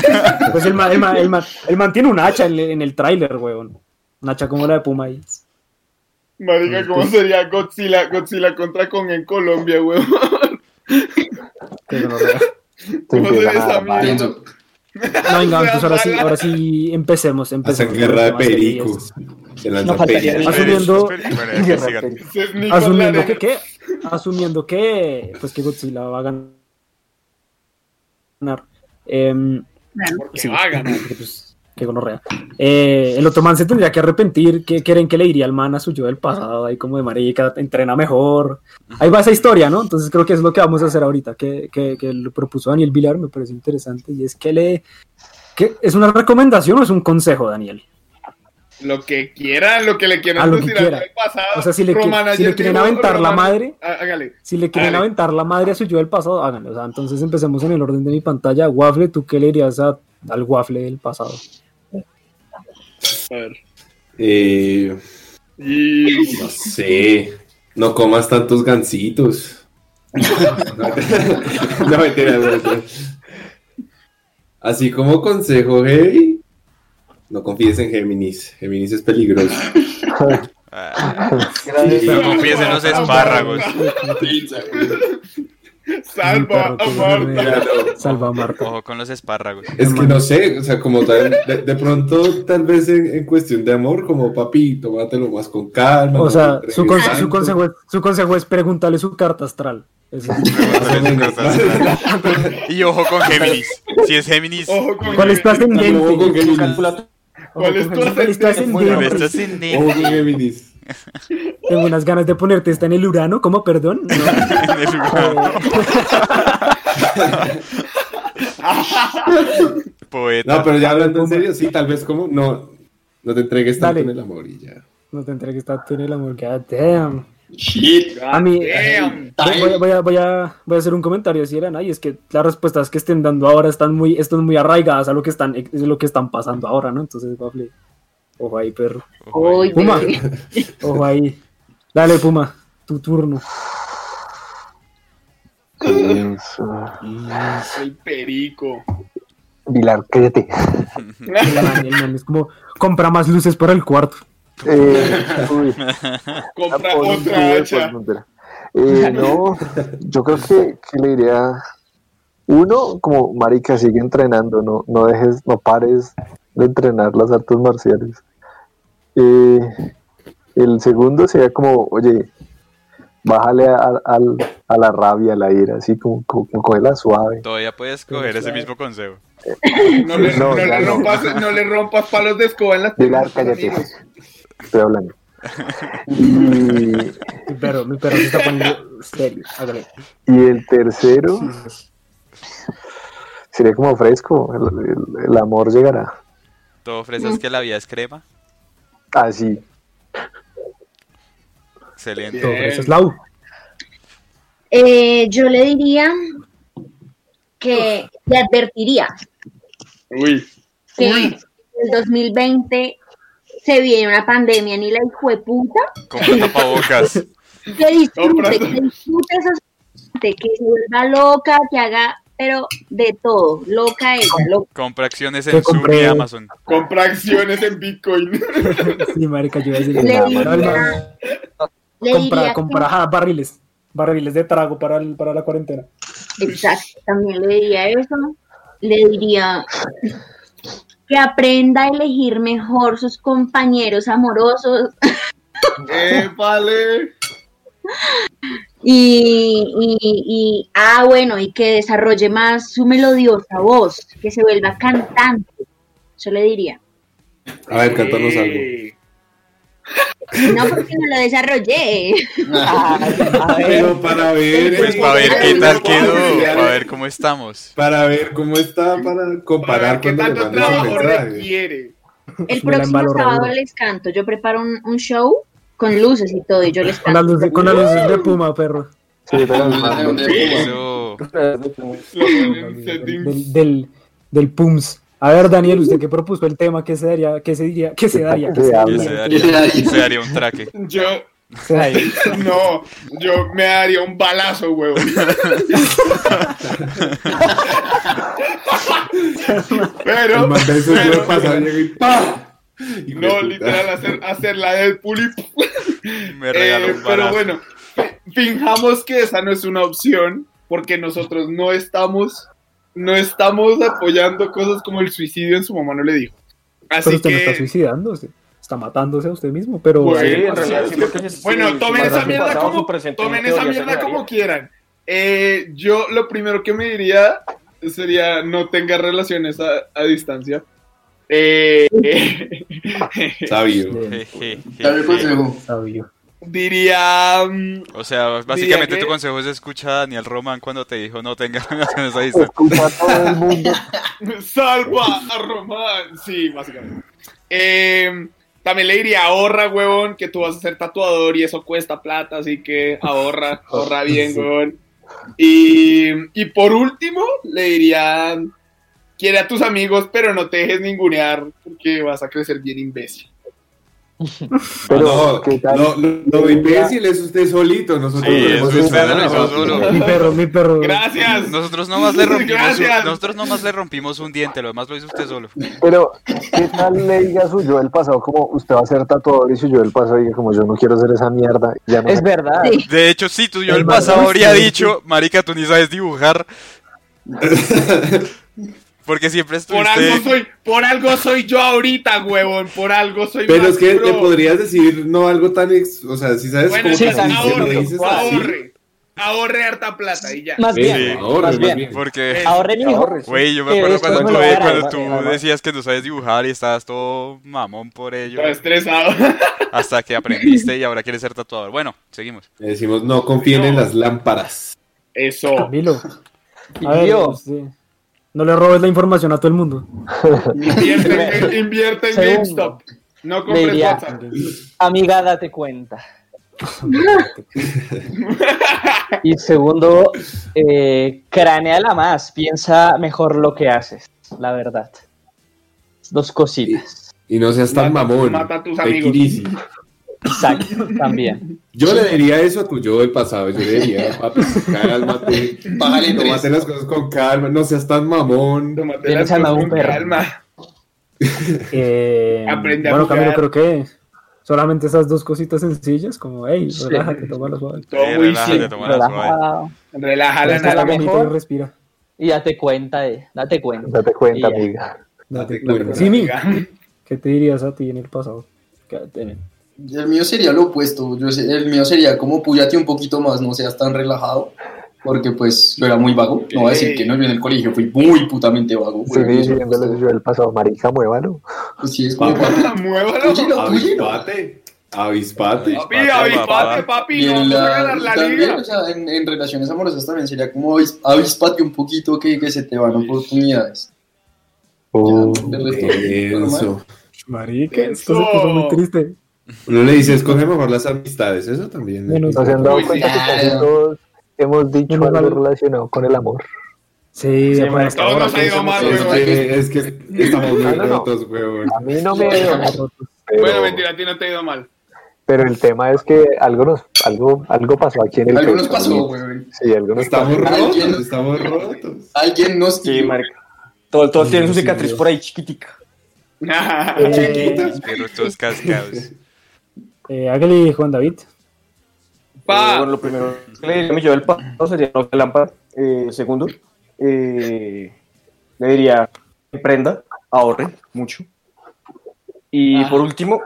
pues el man, el, man, el, man, el man tiene un hacha en, en el tráiler, weón. Un hacha como la de Puma ahí. Marica, ¿cómo sería Godzilla, Godzilla contra Kong en Colombia, güey? Que no lo vea. Sin ¿Cómo se llegar ve esa a mierda? nada. Pienso, No, venga, entonces ahora sí, mala. ahora sí empecemos, Hacen empecemos. guerra de Más series. perico. Se lanzan faltaría peleas. Así Asumiendo- Espere, espere, espere, que sigan. Ese es Nicolás Asumiendo Arena. que, ¿qué? Asumiendo que, pues que Godzilla va a ganar. Em, Porque Sí. va a ganar. porque, pues, qué gonorrea. Eh, el otro man se tendría que arrepentir. ¿Qué creen que le diría al man a su yo del pasado? Ahí como de marica, entrena mejor. Ahí va esa historia, ¿no? Entonces creo que es lo que vamos a hacer ahorita, que, que, que lo propuso Daniel Vilar, me parece interesante. Y es que le... que ¿Es una recomendación o es un consejo, Daniel? Lo que quieran, lo que le A quieran lo que decir quiera. al pasado. O sea, si le qui- Roman si ayer le quieren dijo- aventar la Roman- madre. Ah, Hágale. Si le quieren Dale. aventar la madre a su yo del pasado, háganlo. O sea, entonces empecemos en el orden de mi pantalla. Waffle, ¿tú qué le dirías a- al waffle del pasado? A ver. Eh, Y... no sé. No comas tantos gansitos. no, mentira, no, mentira. Así como consejo, hey. No confíes en Géminis. Géminis es peligroso. Ah, No confiesen los espárragos. Salva a Marta. Salva a Marta. Ojo con los espárragos. Es que no sé, o sea, como tal, de, de pronto, tal vez en, en cuestión de amor, como papi, tómatelo más con calma. O no sea, te su, con- entregues su, tanto. consejo, es- su consejo es preguntarle su carta astral. Eso es. Y ojo con Géminis. Si es Géminis, Ojo con ¿Cuál es tu Ojo con ascendente? Géminis. ¿Cuál es tu ¿Cuál es tu con ascendente? esto es sin ni- Ojo con Géminis. Tengo unas ganas de ponerte esta en el Urano, ¿cómo? Perdón. No. en el lugar. No, Poeta. pero ya hablando en serio, sí, tal vez como no, no te entregues tanto Dale. en el amor y ya. No te entregues tanto en el amor, god damn. Shit. Ah, A mí, Ah, Damn. voy, voy a- voy a, voy a- voy a hacer un comentario así, Eran. Ay, es que las respuestas que estén dando ahora están muy, están muy arraigadas a lo que están, es lo que están pasando ahora, ¿no? Entonces, Bafle, ojo ahí, perro. Ojo ahí. Uy, Puma, bebé. ojo ahí. Dale, Puma, tu turno. El perico. Vilar, cállate. El man, el man es como, compra más luces para el cuarto. Eh, uy. Compra Apolo, otra tuve hacha. por frontera. pues, Eh, no, yo creo que, que le diría uno como marica sigue entrenando, no, no dejes, no pares de entrenar las artes marciales. Eh, el segundo sería como, oye, bájale a, al- a la rabia, a la ira, así como, como, como cógela suave. Todavía puedes coger ese mismo consejo. No le, pues, No, no le ya no. rompas, no le rompas palos de escoba en las Pilar, piernas, cállate. amigos. Estoy hablando. Y- Mi perro, mi perro se está poniendo serio. Hágale. Y el tercero sería como fresco, el, el- el amor llegará. ¿Tú ofreces que la vida es crema? Así. Excelente. Todo, gracias, Lau. Eh, yo le diría que le advertiría Uy. que el 2020 se viene una pandemia ni la hijo de puta. Compra tapabocas. Que disfrute, Comprando. que disfrute esa gente, que se vuelva loca, que haga, pero de todo, loca ella, loca. Compra acciones Te en Zoom y compré- Amazon. Compra acciones en Bitcoin. Sí, marica, yo iba a decir. Le Nada, nada. diría, le compra, diría compra ajá, barriles, barriles de trago para, el- para la cuarentena. que, exacto, también le diría eso, le diría que aprenda a elegir mejor sus compañeros amorosos eh, vale. y, y, y- ah, bueno, y que desarrolle más su melodiosa voz, que se vuelva cantante, yo le diría. A ver, cantarnos algo. Eh, No, porque no lo desarrollé. Pero para ver. Pues eh, para ver qué tal quedó, para para ver ver- cómo estamos. Para ver cómo está, para Para ver comparar qué cuando le tanto mandes el trabajo mensaje. requiere. El Me la próximo embalo re sábado duro. les canto. Yo preparo un, un show con luces y todo, y yo les Con las canto. luces, con las luces de puma, perro. Sí, yo te las mando. Eso. Lo ponen en settings. Del, del, del Pums. A ver, Daniel, usted que propuso el tema, ¿qué se daría? ¿Qué se diría? ¿Qué se daría? ¿Qué se ¿Qué habla? se ¿Qué se daría? daría? ¿Qué se daría un traque? Yo, se daría? no, yo me daría un balazo, huevón. El Pero, man de esos pero- ah, le pasa, llega y ¡pa! Y no, literal, hacer, hacer la del pulip. Me regaló Eh, un pero balazo. bueno, fijamos que esa no es una opción porque nosotros no estamos, no estamos apoyando cosas como el suicidio en su mamá no le dijo. Pero Así usted no está que, suicidándose, está matándose a usted mismo, pero Bueno, Pues Sí, sí, en realidad, sí, porque sí, bueno, sí, tomen sí, esa sí, mierda pasado, como, su presente, tomen teoría esa mierda generaría. como quieran. Eh, yo lo primero que me diría sería no tenga relaciones a, a distancia. Eh, Sabio. Je, je, je, Dale el je. consejo. sabio. diría mm, O sea, Diría básicamente que- tu consejo es escucha a Daniel Román cuando te dijo no tengas relaciones ahí. Escucha a todo el mundo. Salva a Román. Sí, básicamente. Eh, también le diría ahorra, huevón, que tú vas a ser tatuador y eso cuesta plata, así que ahorra, ahorra bien, Sí. huevón. Y, y por último, le diría, quiere a tus amigos, pero no te dejes ningunear, porque vas a crecer bien imbécil. Pero, no, ¿qué tal? no, lo, lo imbécil es usted solito. Nosotros Sí, lo es hemos usted hecho. lo hizo solo. Mi perro, mi perro. Pues, Gracias. Nosotros nomás le rompimos, un, Gracias. nosotros nomás le rompimos un diente, lo demás lo hizo usted solo. Pero, ¿qué tal le diga a su yo del pasado? Como usted va a ser tatuador y su yo del pasado diga, como yo no quiero hacer esa mierda. y Ya no Es me- verdad. Sí. De hecho, sí, tú yo El el más pasado habría dulce. dicho, marica, tú ni sabes dibujar. Porque siempre Por algo estuviste... soy, por algo soy yo ahorita, huevón. Por algo soy Pero más es que pro. le podrías decir no algo tan. ex- o sea, si sabes Bueno, cómo Sí, entonces para tan iniciar, ahorre, lo dices así. ahorre, ahorre harta plata y ya. Más Sí, bien, ahorre, más más bien. bien. Porque... Eh, Ahorre, mijo. Güey, yo me Eh, acuerdo esto cuando no tú, me lo hará, cuando además, tú además. decías que no sabes dibujar y estabas todo mamón por ello, Estaba estresado. hasta que aprendiste y ahora quieres ser tatuador. Bueno, seguimos. Le decimos no confíen en las lámparas. Eso. Camilo. A Y ver, yo, este, no le robes la información a todo el mundo. Invierte, en- invierte en Segundo. GameStop. No compres Le diría- WhatsApp. amiga, date cuenta. y segundo, eh, craneala más. Piensa mejor lo que haces, la verdad. Dos cositas. Y no seas tan Mata- mamón. mata a tus Take it amigos. easy. Exacto, también. Yo le diría eso a tu yo del pasado. Yo le diría, papi, cálmate. Bájale, tómate las cosas con calma. No seas tan mamón. Tómate Tienes las al lado cosas un con perro. calma. Eh, Aprende a bueno, Camilo, jugar. creo que solamente esas dos cositas sencillas, como, hey, relájate, toma los suave. Todo Eh, muy relájate, simple. toma la suave. Relajado. Relaja la Pues a la nada. mejor- Bonito y respira. Y date cuenta, eh, date cuenta. Date cuenta, Y ya. amiga. Date Date cuenta. cuenta, Simi, amiga. ¿qué te dirías a ti en el pasado? Quédate en el- El mío sería lo opuesto. Yo sé- el mío sería como puyate un poquito más, no seas tan relajado. Porque pues yo era muy vago. No voy a decir que no, yo en el colegio fui muy putamente vago. Sí, güey. diciéndole al yo del pasado, marica, muévalo. Pues sí, es como Papá, Muévalo. Púyelo, púyelo. Avispate. Avispate. Papi, avipate, papi. Y No en vamos a la- ganar la también, liga. o sea, en, en relaciones amorosas también sería como avis- avispate un poquito que, que se te van oportunidades. Uh, Ya, de resto, normal. Eso. Marica, esto se Eso. puso muy triste. Uno le dice, escoge mejor las amistades. Eso también. Bueno, ¿No se han dado Uy, cuenta que sí. casi todos hemos dicho Menos algo mal. relacionado con el amor? Sí, Sí, bueno, man, hasta todo ahora nos ha que ido somos mal, todos- es, que, es que estamos muy No, no, no. rotos, weón. A mí no me veo, pero, Bueno, mentira, a ti no te ha ido mal. pero el tema es que algo, nos, algo, algo pasó aquí en el Algo nos pecho, pasó, amigo. güey. Sí, algo nos pasó. Estamos rotos, ¿quién? estamos rotos. Alguien nos Sí, tiró. marica. Todos, todos tienen su cicatriz por ahí chiquitica. Eh, Pero todos cascados. eh, hágale, Juan David. Eh, Pa. bueno, lo primero que le diría a mi yo del pasado sería no se lámpara. Eh, segundo, eh, le diría emprenda, ahorre mucho. Y Ah. por último,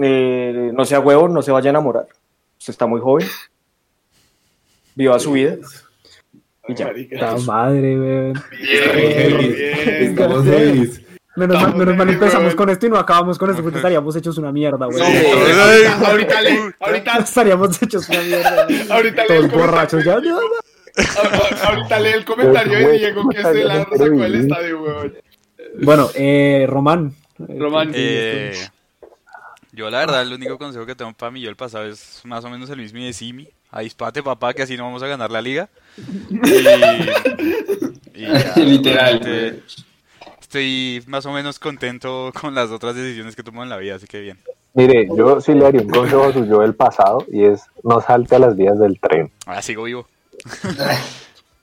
eh, no sea huevo, no se vaya a enamorar. Usted está muy joven. Viva su vida. Y ya. La madre, weón. Estamos Bien, heavy. bien. Estamos heavy. Menos mal, Estamos menos mal bien, empezamos weón. con esto y no acabamos con esto porque estaríamos hechos una mierda, No, weón. ahorita, ahorita le, ahorita, Estaríamos hechos una mierda. Ahorita leo weón. Todos el comentario. borrachos ya. ya, ahor- ahorita lee el comentario de Diego que se la sacó el estadio, weón. ya. Bueno, eh, Román. eh, Román. Eh, yo la verdad, el único consejo que tengo para mí yo el pasado es más o menos el mismo de Simi. Adispate, papá, que así no vamos a ganar la liga. Y, y ya, Literal, realmente güey. Estoy más o menos contento con las otras decisiones que tomo en la vida, así que bien. Mire, yo sí le haría un consejo a su yo del pasado y es no salte a las vías del tren. Ahora sigo vivo.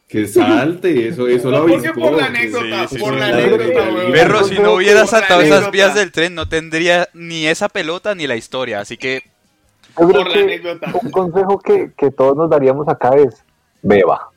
Que salte, eso, eso lo Porque avispó. por la que- anécdota, sí, por sí, la sí. anécdota, weón. Perro, si no Por hubiera la saltado esas anécdota, vías del tren, no tendría ni esa pelota ni la historia. Así que, Yo creo Por la que anécdota. un consejo que, que todos nos daríamos acá es beba,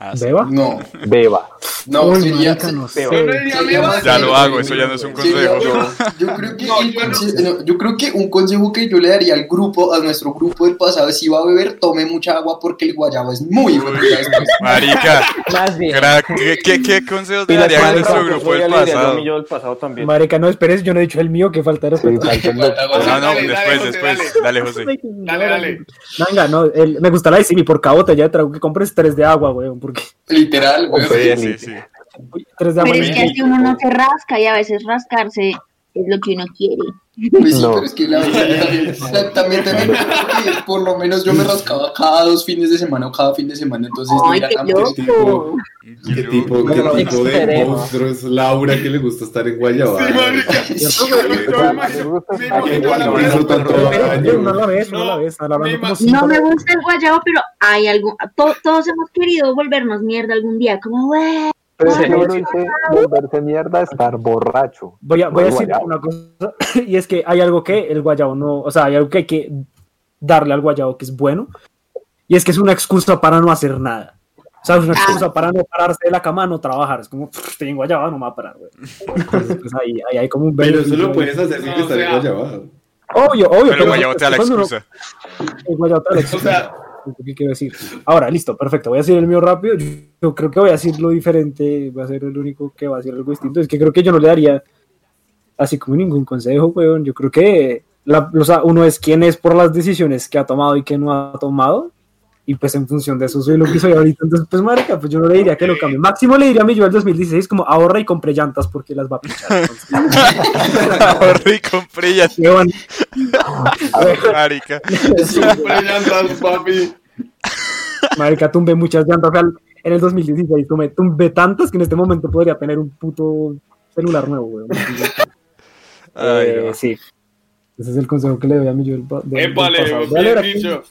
así. ¿Beba? No, beba. no, Uy, sería. marica, no sé. Yo no diría sería mierda. más Ya lo que- hago, eso ya no es un Sería- consejo. yo, yo creo que No, el yo no. conse- no, yo creo que un consejo que yo le daría al grupo, a nuestro grupo del pasado, es si va a beber, tome mucha agua porque el guayabo es muy hijo de Uy, puta después. Marica, Más bien. crack, ¿qué, qué, qué consejos Y le la darían a cual, nuestro yo grupo le del diría yo a pasado? mi yo del pasado también. Marica, no esperes, yo no he dicho el mío que falta de Sí, respeto. salte en la- Ah, No, no, Dale, dale, después, José, después. Dale, José. Dale, dale. Venga, no, el- me gusta la de Simi por cabota ya de trago que compres tres de agua, weón, porque Literal, güey. Sí, sí, sí. Uy, tres de agua. Pero es no que es- así uno no se rasca y a veces rascarse es lo que uno quiere. Pues sí, No. pero es que la verdad también, la- también te ven, porque por lo menos yo me rascaba cada dos fines de semana o cada fin de semana, entonces no Ay, era qué tan loco. ¿Qué tipo, qué Pero tipo de extremo. monstruo es Laura que le gusta estar en Guayabal? Sí, marica. Sí, marica, me imagino- Ah, me imagino a la Por eso tanto Pero, daño. pero una a la vez, una a la No, vez. a la me vez, como imagino- cinco No me veces. gusta el guayabo, pero hay algún. to- todos hemos querido volvernos mierda algún día. Como, güey. Pero Sí. es que uno dice, volverse mierda, estar borracho. Voy a, voy a Muy decir guayabo. una cosa, y es que hay algo que el guayabo no, o sea, hay algo que hay que darle al guayabo que es bueno, y es que es una excusa para no hacer nada. O sea, es una excusa para no pararse de la cama, no trabajar. Es como, "Pff, estoy en guayabo, no me va a parar, güey. Entonces, pues, ahí, ahí hay como un Pero eso beneficio lo ahí. puedes hacer sin No, que estar en o sea, Guayabal. Obvio, obvio. Pero Guayabo es te da la que cuando uno- excusa. el guayabo te da la O excusa. sea, Es lo que quiero decir. Ahora, listo, perfecto. Voy a decir el mío rápido. Yo, yo creo que voy a decir lo diferente. Va a ser el único que va a decir algo distinto. Es que creo que yo no le daría así como ningún consejo, weón. Yo creo que la- o sea, uno es quién es por las decisiones que ha tomado y que no ha tomado. Y pues en función de eso soy lo que soy ahorita. Entonces, pues marica, pues yo no le diría que lo cambie. Máximo le diría a mi yo del 2016 como ahorra y compre llantas porque las va a pichar. Entonces, Ahorré y compré ya, weón, marica. siempre llantas, papi. Marica, tumbé muchas llantas. O sea, en el 2016 tumbé, tumbé tantas que en este momento podría tener un puto celular nuevo, weón. Ay, Eh, no. Sí. Ese es el consejo que le doy a mi yo del, pa- pues, del- del pasado. Épale, Voy a leer bien aquí dicho.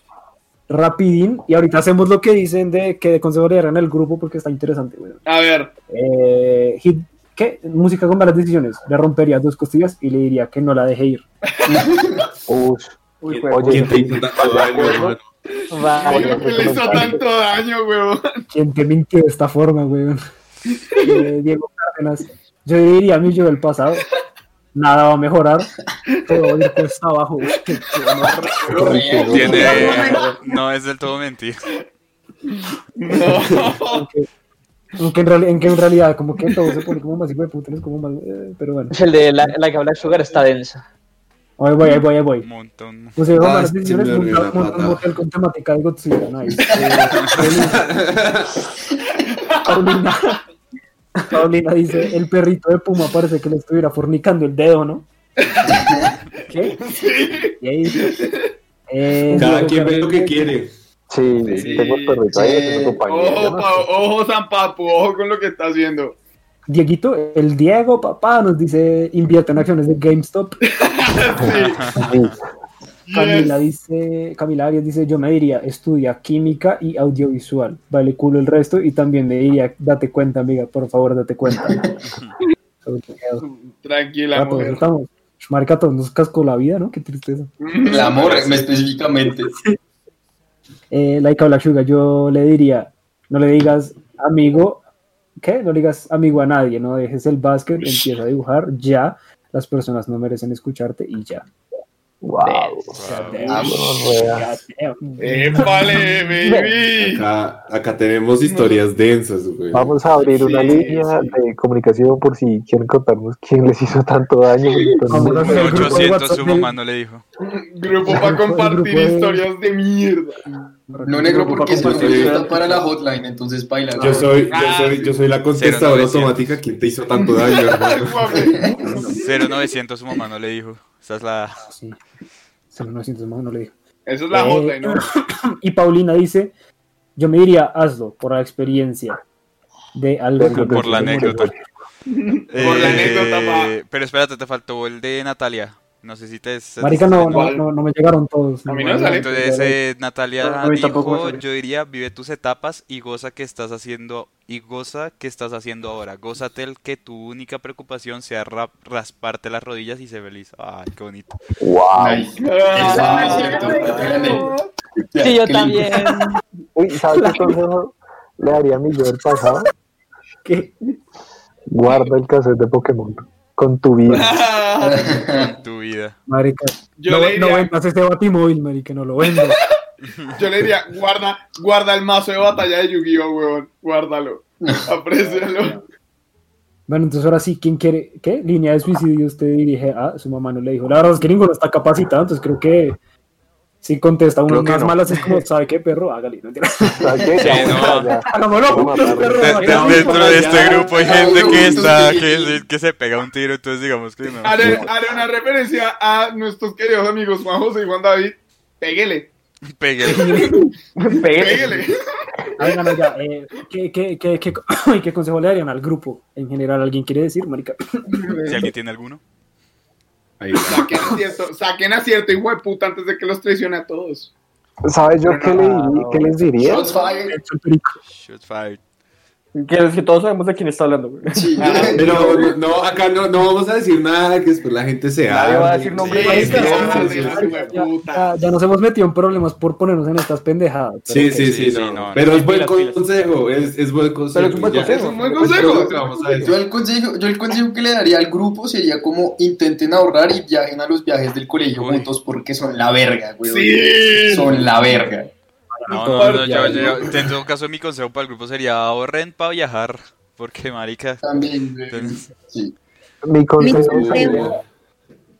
rapidín y ahorita hacemos lo que dicen de que de consejo le darán al grupo porque está interesante, weón. A ver, Eh, hit- ¿Qué? Música con malas decisiones. Le rompería dos costillas y le diría que no la deje ir. Uy, Uy, ¿Quién- juego. oye, ¿Quién te hizo tanto daño, hermano? pues, Vale. ¿por qué le hizo tanto daño, weón? ¿Quién te mintió de esta forma, weón? Eh, Diego Cárdenas. Yo diría a mí yo del pasado. Nada va a mejorar. Todo va a ir cuesta abajo. Uy, qué- qué horror. Correcto. Tiene. No es del todo mentira. No. Aunque- Aunque en, real- en que en realidad, como que todo se pone como más hijo de puta, es como más. eh, pero bueno, El de la, la que habla de Sugar está densa. ahí voy, ahí voy, ahí voy. Un montón. Pues yo Ah, las sí, decisiones me monta- olvidé la monta un pata. hotel con temática de Godzilla, nice. Eh, Paulina, Paulina dice, el perrito de Puma parece que le estuviera fornicando el dedo, ¿no? ¿Qué? Y ahí- Eh, Cada Diego quien ve lo que Fernández, quiere. sí, Sí, tengo el perrito ahí, sí. que me acompaña. Yo Ojo, no pa- ojo, San Papu, ojo con lo que está haciendo. Dieguito, el Diego, papá, nos dice, invierte en acciones de GameStop. Sí. Camila Yes. dice, Camila Arias dice, yo me diría, estudia química y audiovisual, vale culo el resto, y también me diría, date cuenta, amiga, por favor, date cuenta. Tranquila, Marca, mujer. estamos. Marica, todos nos cascó la vida, ¿no? Qué tristeza. El amor, me específicamente. Eh, Laika Black Sugar, yo le diría, no le digas amigo, ¿qué? No le digas amigo a nadie, no dejes el básquet, empieza a dibujar, ya, las personas no merecen escucharte y ya. Wow. Épale, baby. Acá, acá tenemos historias densas, güey. Vamos a abrir una Sí, línea sí. de comunicación por si quieren contarnos quién les hizo tanto daño. Vamos a Entonces, hacer el grupo de 800 WhatsApp su del- mamá no le dijo. Grupo para compartir historias de mierda. No negro porque ese compartir. número está para la hotline, entonces baila. Yo soy, yo Ah, soy, yo soy la contestadora 0900. automática. ¿Quién te hizo tanto daño, hermano? Guapi. 0900 su mamá no le dijo. Esa es la. Sí. Se lo no siento, no no le digo. Eso es la Eh, hotline, ¿no? Y Paulina dice, yo me diría, hazlo por la experiencia de algo que- Por la anécdota. Por la anécdota, Eh, Pero espérate, te faltó el de Natalia. No sé si te. se- Marica, se- no, no, no, no me llegaron todos. A mí no me sale. Entonces eh, Natalia A mí tampoco me dijo, sale. yo diría, vive tus etapas y goza que estás haciendo y goza que estás haciendo ahora. Gózate el que tu única preocupación sea ra- rasparte las rodillas y ser feliz. Ay, qué bonito. Wow. Nice. Ah. Sí, yo Qué lindo. también. Uy, ¿sabes qué consejo le daría a mi yo del pasado? ¿Qué? Guarda el cassette de Pokémon con tu vida. Ah. Con tu vida. Marica, Yo no, le diría- no vendas este batimóvil, marica, no lo vendas. Yo le diría, guarda, guarda el mazo de batalla de Yu-Gi-Oh, weón. Guárdalo. Aprécialo. Bueno, entonces ahora sí, ¿quién quiere? ¿Qué? Línea ah, de suicidio usted dirige a su mamá, no le dijo. La verdad es que ninguno está capacitado, entonces creo que Si contesta uno Creo que más no. malas es como, ¿sabe qué, perro? Hágale. No entiendo. ¿Sabes qué? Sí, Vamos no. para allá. Hagámoslo, Vamos a putos, matarlo. perro. De- de- hagámoslo. dentro de este grupo hay gente Ay, que no, está, sí. que, que se pega un tiro, entonces digamos que no. Haré, haré una referencia a nuestros queridos amigos Juan José y Juan David. Péguele, Pegué. péguele. Ay, no, no, ya, eh, ¿qué- qué, qué, qué, ay, qué consejo le darían al grupo en general? ¿Alguien quiere decir, marica? Si alguien tiene alguno. Ahí va. Saquen acierto, saquen acierto, hijo de puta, antes de que los traicione a todos. ¿Sabes yo qué, le diría- qué les diría? Shots fired. Shots fired. Que, que todos sabemos de quién está hablando. güey. Sí. Ah, Pero no, acá no, no vamos a decir nada que después la gente se Nadie arme. va a decir nombre. Sí, sí, sí, sí, hijo de Ya, puta. ya- ya nos hemos metido en problemas por ponernos en estas pendejadas. pero Sí, que- sí, sí, Sí, no. sí, no, Pero no. es buen Pilas, pilas. consejo, es, es buen consejo. Pero es un buen ya. consejo. Es un buen Es consejo. lo que vamos a decir. Yo el, consejo, yo el consejo que le daría al grupo sería como intenten ahorrar y viajen a los viajes del colegio Uy. juntos porque son la verga, güey. Sí. Son la verga. No, no, no, yo, yo, en todo caso mi consejo para el grupo sería ahorren para viajar, porque marica, También, güey. Entonces- Sí. Mi consejo Mi sería- consejo.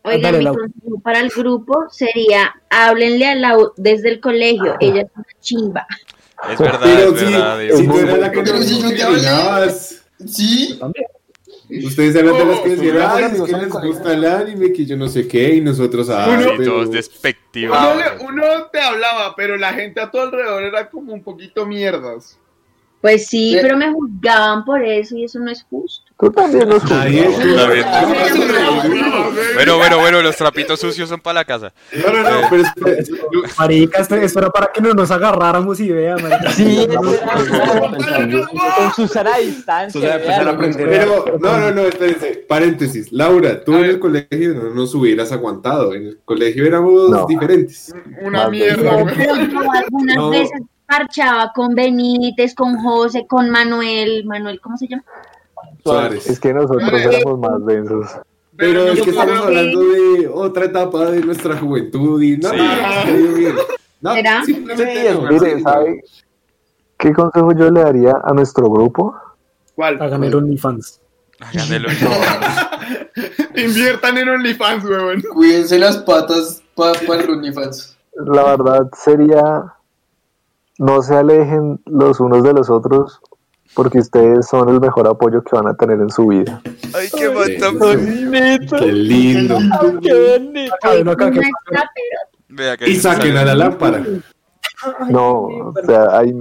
Oiga, Dale, mi Lau. consejo para el grupo sería háblenle a Lau desde el colegio. Ella es una chimba. Ah, es verdad, Pero es sí, verdad. si digo, tú eras la que Pero si yo te hablé. discriminabas, Sí, ustedes eran de las que decían, Oh, ay, sí, es que sí, les sí. gusta el anime, que yo no sé qué, y nosotros, ah, Uno- sí, todos despectivos. Uno, le- uno te hablaba, pero la gente a tu alrededor era como un poquito mierdas. Pues sí, Sí. pero me juzgaban por eso y eso no es justo. Tú también nos juzgas. Nadie- Ah, Bueno, bueno, bueno, los trapitos sucios son para la casa. No, no, no, pero espera, yo- Marica, esto, esto era para que no nos agarráramos y vean, marica. Sí, Marica, con Susana a distancia. O sea, empezar vean, a aprender. pero, no, no, no, espérense, paréntesis, Laura, tú en el colegio no nos hubieras aguantado, en el colegio éramos No. diferentes. Una Más mierda, Yo, güey. pero yo algunas No. veces parchaba con Benítez, con José, con Manuel. Manuel, ¿cómo se llama? Es Suárez. que nosotros éramos más densos. Pero es que Yo estamos creo que- hablando de otra etapa de nuestra juventud y no, Sí. no, no, no, ¿Será? simplemente Sí, es no, Mire, sí, ¿sabe qué consejo yo le daría a nuestro grupo? ¿Cuál? Hagan el OnlyFans. Hagan el- Inviertan en OnlyFans, weón. cuídense las patas para el OnlyFans. La verdad sería, no se alejen los unos de los otros porque ustedes son el mejor apoyo que van a tener en su vida. Ay, qué matón. Qué lindo. Ay, no, acá Una que- escapero. Vea que Y saquen a la lámpara. No, o sea, ahí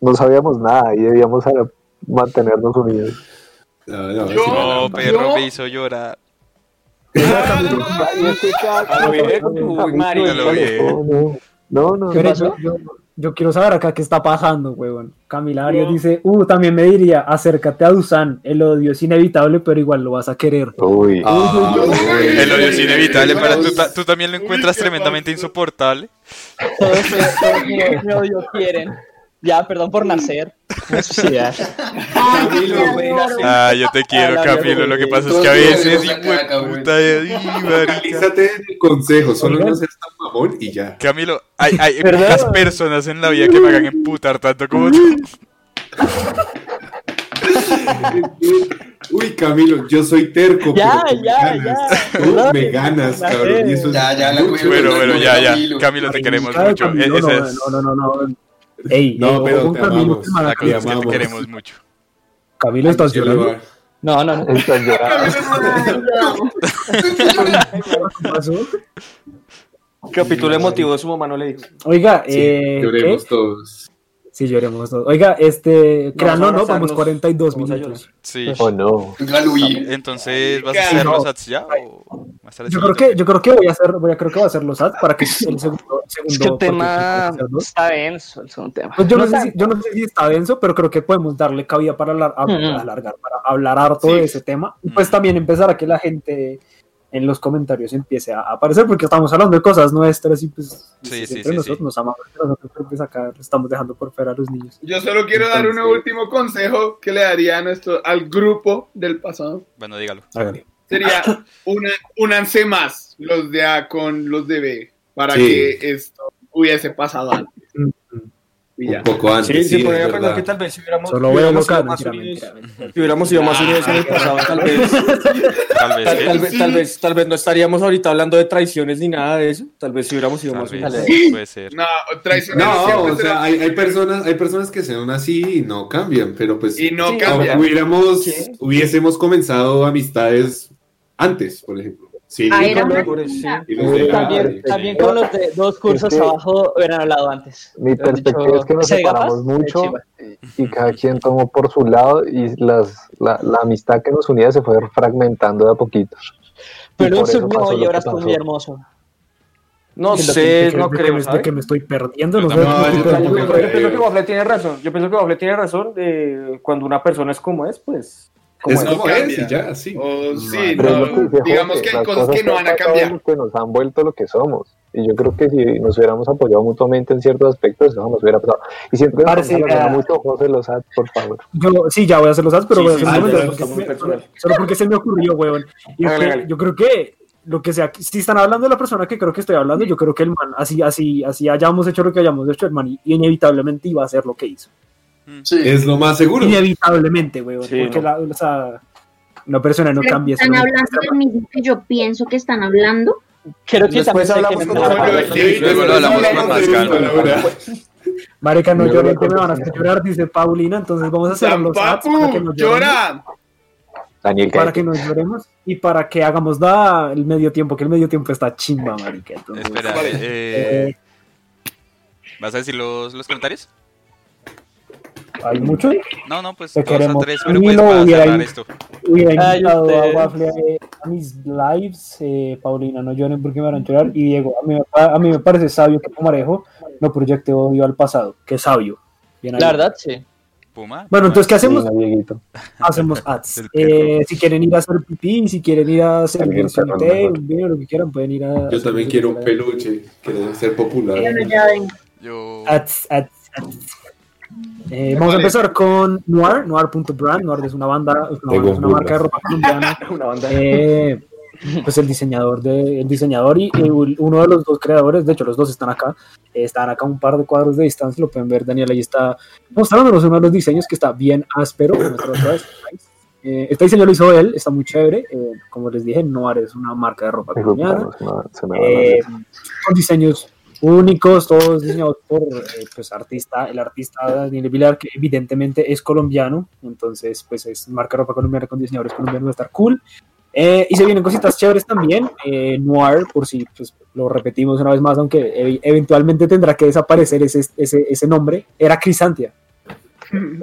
no sabíamos nada y debíamos a- mantenernos unidos. No, no, sí, No, no. perro me hizo llorar. Ah, lo vi, con tu marido. lo vi. No, no, no. Pero yo, yo- yo quiero saber acá qué está pasando, huevón. Camila Arias dice, uh, también me diría, acércate a Dusan, el odio es inevitable, pero igual lo vas a querer. Uy, Ah, güey. El odio es inevitable, pero tú, Dios. ta- tú también lo encuentras tremendamente insoportable. Todos todos me- me odio quieren. Ya, perdón por nacer. Una sociedad. Ay, Camilo, te güey, adoro. Ah, yo te quiero, la Camilo. mierda, Lo que güey. pasa es que a Todo veces, lo hijo que de saca, cabrón. puta, ay, marica. Analízate el consejo, solo no seas tan mamón y ya. Camilo, hay, hay pocas personas en la vida que me hagan emputar tanto como tú. Uy, Camilo, yo soy terco, Ya, pero tú ya, me ganas. ya. Tú No, me no, ganas, no, cabrón. Y eso es Ya, ya, la mucho. güey, Bueno, bueno, ya, ya. Camilo. Camilo, te queremos Ay, mucho. E-, Camilo, Ese no, es no, no, no, no. Ey, No, ey, pero ojo con te Camilo, amamos. que me van a- la cosa es que te amamos. queremos mucho. Camilo, estás Yo le llorando. voy a- No, no, no. están llorando. Ay, lo amo. ¿Qué pasó? Capítulo emotivo de su mamá no le dijo. Oiga, Sí, eh, lloremos todos. ¿qué? Sí, lloremos todos. Oiga, este, créanlo, Vamos ¿no? a Vamos abrazarnos. 42 Vamos a minutos. Sí. Oh, no. Ya lo huí. Entonces, ¿vas a Marica, hacer no. los ads ya o más Yo creo que, yo creo que voy a hacer, voy a, creo que voy a hacer los ads para que el segundo, segundo Es que el tema porque- está denso, el segundo tema. Pues yo, no No sé si, yo no sé si está denso, pero creo que podemos darle cabida para alar- a- Mm. alargar, para hablar harto Sí. de ese tema. Y pues Mm. también empezar a que la gente en los comentarios empiece a aparecer, porque estamos hablando de cosas nuestras y pues Sí, pues, sí, entre sí, nosotros sí. nos amamos, pero nosotros pues, acá estamos dejando por fuera a los niños. Yo solo quiero dar un Entonces- último consejo que le daría a nuestro, al grupo del pasado. Bueno, dígalo. Sería, una, únanse más los de A con los de B para Sí. que esto hubiese pasado antes. Mm, mm. Y Un poco antes. Sí, sí, es pero yo verdad. creo que tal vez si hubiéramos, Solo veo si hubiéramos local, sido más mentira, unidos, mentira, si hubiéramos sido más unidos en el pasado, tal vez, Tal tal, tal vez. ¿eh? vez, tal vez, tal vez no estaríamos ahorita hablando de traiciones ni nada de eso. Tal vez si hubiéramos sido Tal más unidos. vez. Puede ser. No, traicionero No, siempre o será- sea, hay, hay personas, hay personas que sean así y no cambian, pero pues Y no Sí, cambia. o- hubiéramos, Sí. hubiésemos comenzado amistades antes, por ejemplo. Sí, Ah, no, era no, una Por eso, sí. y los de- También, también con los de dos cursos Es que- abajo hubieran hablado antes. Mi Hubieran perspectiva dicho, es que nos "¿Ese de gafas? separamos mucho Eh, y, y cada quien tomó por su lado y las, la, la amistad que nos unía se fue fragmentando de a poquitos. Pero Y un por eso pasó surmió y lo ahora que es muy pasó. hermoso. No De lo sé, que- de no que- creo, de ¿sabes? que me estoy perdiendo, no Yo sé de tampoco, qué yo Yo, tipo de tampoco. mujer. creo. pienso que Bafle tiene razón. Yo pienso que Bafle tiene razón de cuando una persona es como es, pues. Como Es es. no como es cambia. y ya, sí. O sí, Pero es lo no, que decía digamos Jorge, que hay las cosas que no van a han pasado cambiar. es que nos han vuelto lo que somos. Y yo creo que si nos hubiéramos apoyado mutuamente en ciertos aspectos, eso nos hubiera pasado. Y siempre nos Parce, relaciona ah. mucho, José los haz, por favor. Yo, sí, ya voy a hacer los ads, pero Sí, voy a sí, hacer un sí, momento, ya, porque está muy se- personal. Solo porque se me ocurrió, weón. Y es Hágale, que hágale. yo creo que lo que sea, si están hablando de la persona que creo que estoy hablando, yo creo que el man, así, así, así hayamos hecho lo que hayamos hecho, el man inevitablemente iba a hacer lo que hizo. Sí. Es lo más seguro. Inevitablemente, weón. Sí, porque no. la, o sea, una persona no Pero cambia. ¿Están solamente hablando del mismo que yo pienso que están hablando? Creo que Después también hablamos sé con que- Rafa. Bueno, sí, sí, luego lo hablamos con más calma. ahora. Marica, no Yo lloren, creo que que me van a sí. hacer llorar, dice Paulina. Entonces vamos a hacer San los ads para que Papu, nos lloren, llora. Daniel, Para cállate. que nos lloremos y para que hagamos da el medio tiempo, que el medio tiempo está chimba, marica. entonces- Espera, Vale. eh, ¿vas a decir los, los comentarios? Hay mucho. No, no, pues Te dos a queremos. tres, pero Ni pues lo para hubiera cerrar ido. esto. Hubiera Ay, invitado a ustedes. Waffle eh, a, a mis lives. eh, Paulina, no lloren porque me van a llorar. Y Diego, a mí, me pa- a mí me parece sabio que Pumarejo no proyecte odio al pasado. Que sabio. Bien ahí. La verdad, sí. Puma. Bueno, entonces, ¿qué hacemos? Dime, Dieguito. Hacemos ads. El Eh, si quieren ir a hacer pipí, si quieren ir a hacer Alguien un cerró té, mejor. un vino, lo que quieran, pueden ir a. Yo también quiero un peluche, quiero ser popular. Bueno, ya ven. Yo. Ads, ads, ads. Eh, vamos a empezar con Noir, Noir.brand. Noir es una banda, es una, Tengo banda, es una un marca de ropa colombiana. Una banda. Eh, pues el diseñador de el diseñador y, y uno de los dos creadores, de hecho los dos están acá, eh, están acá a un par de cuadros de distancia, lo pueden ver, Daniel ahí está mostrándonos uno de los diseños que está bien áspero. Muéstralo otra vez. Eh, este diseño lo hizo él, está muy chévere, eh, como les dije, Noir es una marca de ropa colombiana, Disculpa, no, se me va la eh, con diseños únicos, todos diseñados por eh, pues, artista, el artista Daniel Vilar, que evidentemente es colombiano, entonces pues es marca ropa colombiana con diseñadores colombianos, va a estar cool. Eh, y se vienen cositas chéveres también, eh, Noir, por si pues, lo repetimos una vez más, aunque e- eventualmente tendrá que desaparecer ese, ese, ese nombre, era Crisantia.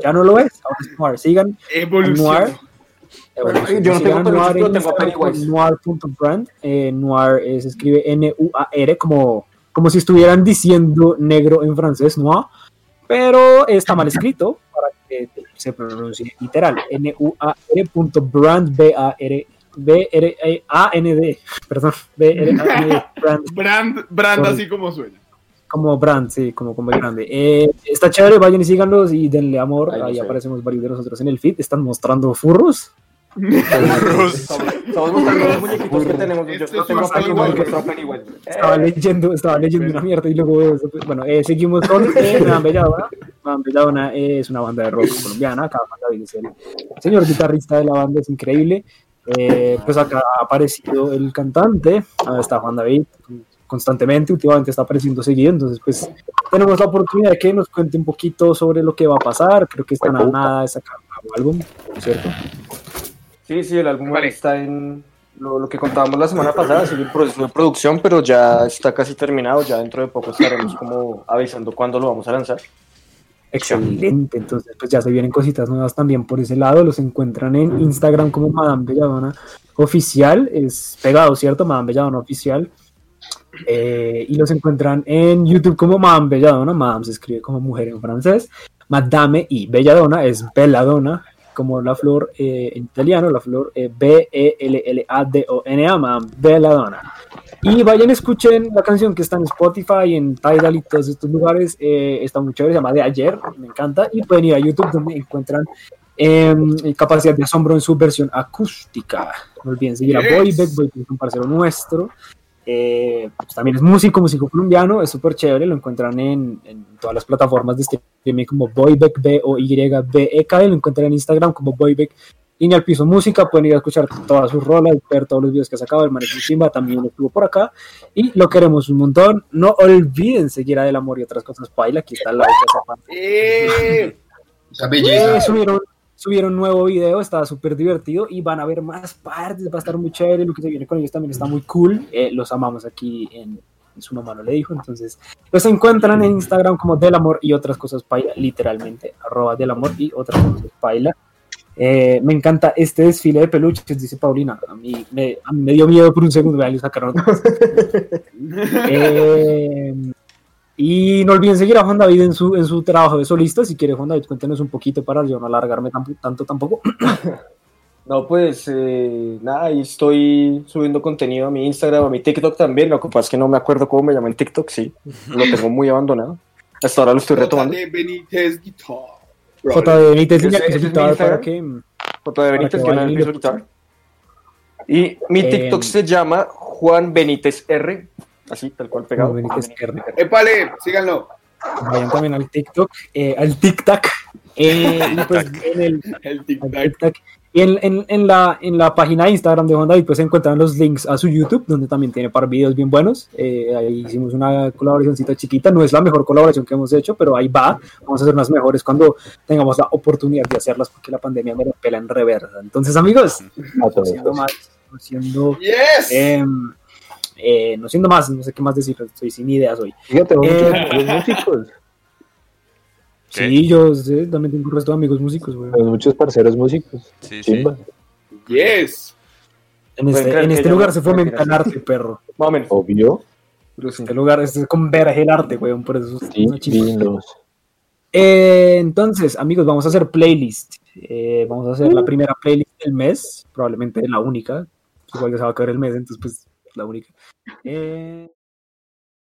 Ya no lo es, ahora es Noir, sigan Evolución. Yo no tengo Sigan peluches, Noir pero en tengo a Instagram con Pennywise. Noir.brand. Eh, Noir eh, se escribe N-U-A-R, como, como si estuvieran diciendo negro en francés, Noir. Pero está mal escrito para que se pronuncie literal. N-U-A-R.brand, B-A-R. E B-R-A-N-D, perdón, B-R-A-N-D, brand, Brand, brand Sorry. así como suena. como brand, sí, como, como el grande. Eh, está chévere, vayan y síganlos y denle amor. Ay, no Ahí sé. aparecemos varios de nosotros en el feed. Están mostrando furros. Estamos estamos mostrando los muñequitos que tenemos. Yo- Esto Yo es tengo a más Pennywise, algo. yo tengo a Eh, Pennywise. Estaba leyendo, estaba leyendo una mierda y luego veo eso. Bueno, eh, seguimos con eh, Madame Belladona. Madame Belladona eh, es una banda de rock colombiana. Acá David es el señor guitarrista de la banda, es increíble. Eh, pues acá ha aparecido el cantante, ah, está Juan David constantemente, últimamente está apareciendo seguido, entonces pues tenemos la oportunidad de que nos cuente un poquito sobre lo que va a pasar, creo que están a nada de sacar un nuevo álbum, por cierto. Sí, sí, el álbum Vale. está en lo, lo que contábamos la semana pasada, sigue el proceso de producción, pero ya está casi terminado, ya dentro de poco estaremos como avisando cuándo lo vamos a lanzar. Excelente, entonces pues ya se vienen cositas nuevas también por ese lado, los encuentran en Instagram como Madame Belladona Oficial, es pegado, ¿cierto? Madame Belladona Oficial. Eh, y los encuentran en YouTube como Madame Belladona, Madame se escribe como mujer en francés, Madame y Belladona es Belladona, como la flor eh, en italiano, la flor eh, B-E-L-L-A-D-O-N-A, Madame Belladona. Y vayan, escuchen la canción que está en Spotify, en Tidal y todos estos lugares. eh, está muy chévere, se llama De Ayer, me encanta. Y pueden ir a YouTube donde encuentran eh, Capacidad de Asombro en su versión acústica. No olviden seguir a Yes. Boybeck, Boybeck es un parcero nuestro. Eh, pues también es músico, músico colombiano, es súper chévere, lo encuentran en, en todas las plataformas de este streaming como Boybeck, B-O-Y-B-E-K, E lo encuentran en Instagram como Boybeck, Línea al Piso Música, pueden ir a escuchar todas sus rolas, ver todos los videos que ha sacado, el Manejo Chimba también estuvo por acá, y lo queremos un montón, no olviden seguir a Del Amor y otras cosas, Paila, aquí está la otra parte. ¡Eh! Esa belleza. Eh, subieron, subieron nuevo video, está súper divertido y van a ver más partes, va a estar muy chévere, lo que se viene con ellos también está muy cool, eh, los amamos aquí en, en su mamá no le dijo, entonces los encuentran en Instagram como del amor y otras cosas paila, literalmente, arroba del amor y otras cosas paila. Eh, me encanta este desfile de peluches, dice Paulina. A mí me, a mí me dio miedo por un segundo, vea, le sacaron. Eh, y no olviden seguir a Juan David en su, en su trabajo de solista. Si quiere, Juan David, cuéntenos un poquito para yo no alargarme tan- tanto tampoco. No, pues eh, nada, ahí estoy subiendo contenido a mi Instagram, a mi TikTok también. Lo que pasa es que no me acuerdo cómo me llama en TikTok, sí. Lo tengo muy abandonado. Hasta ahora lo estoy retomando. J.D. Benítez Guitar. J de Benítez, Ese- niña, que ese se es mi quitaba para Instagram. que. mm, J de Benítez, que Para que no vayan y lo empiezo a quitar. Y mi Eh, TikTok se llama Juan Benítez R. Así, tal cual pegado. Juan Benítez Juan R. ¡Épale! Síganlo. Vayan también al TikTok, eh, al TikTok. y pues en el, El al tic-tac. TikTok. Y en, en- en la, en la página de Instagram de Juan David pues se encuentran los links a su YouTube, donde también tiene par videos bien buenos. Eh, ahí hicimos una colaboracióncita chiquita, no es la mejor colaboración que hemos hecho, pero ahí va. Vamos a hacer unas mejores cuando tengamos la oportunidad de hacerlas, porque la pandemia me la pela en reversa. Entonces, amigos, A no todos. siendo más, no siendo, ¡Yes! eh, eh, no siendo más, no sé qué más decir, estoy sin ideas hoy. Fíjate, vos, Eh, muchos músicos. ¿Qué? Sí, yo sé, también tengo un resto de amigos músicos, güey. Pues Tenemos muchos parceros músicos. Sí, sí. Chimba. ¡Yes! En Pueden este, creer en que este yo lugar no- se fomenta el mentiras. arte, perro. Más o menos. Obvio. Este lugar este converge el arte, weón, por eso es una chimba. Divinos. Eh, entonces, amigos, vamos a hacer playlist. Eh, vamos a Mm. hacer la primera playlist del mes, probablemente la única. Igual ya se va a acabar el mes, entonces pues la única. Eh,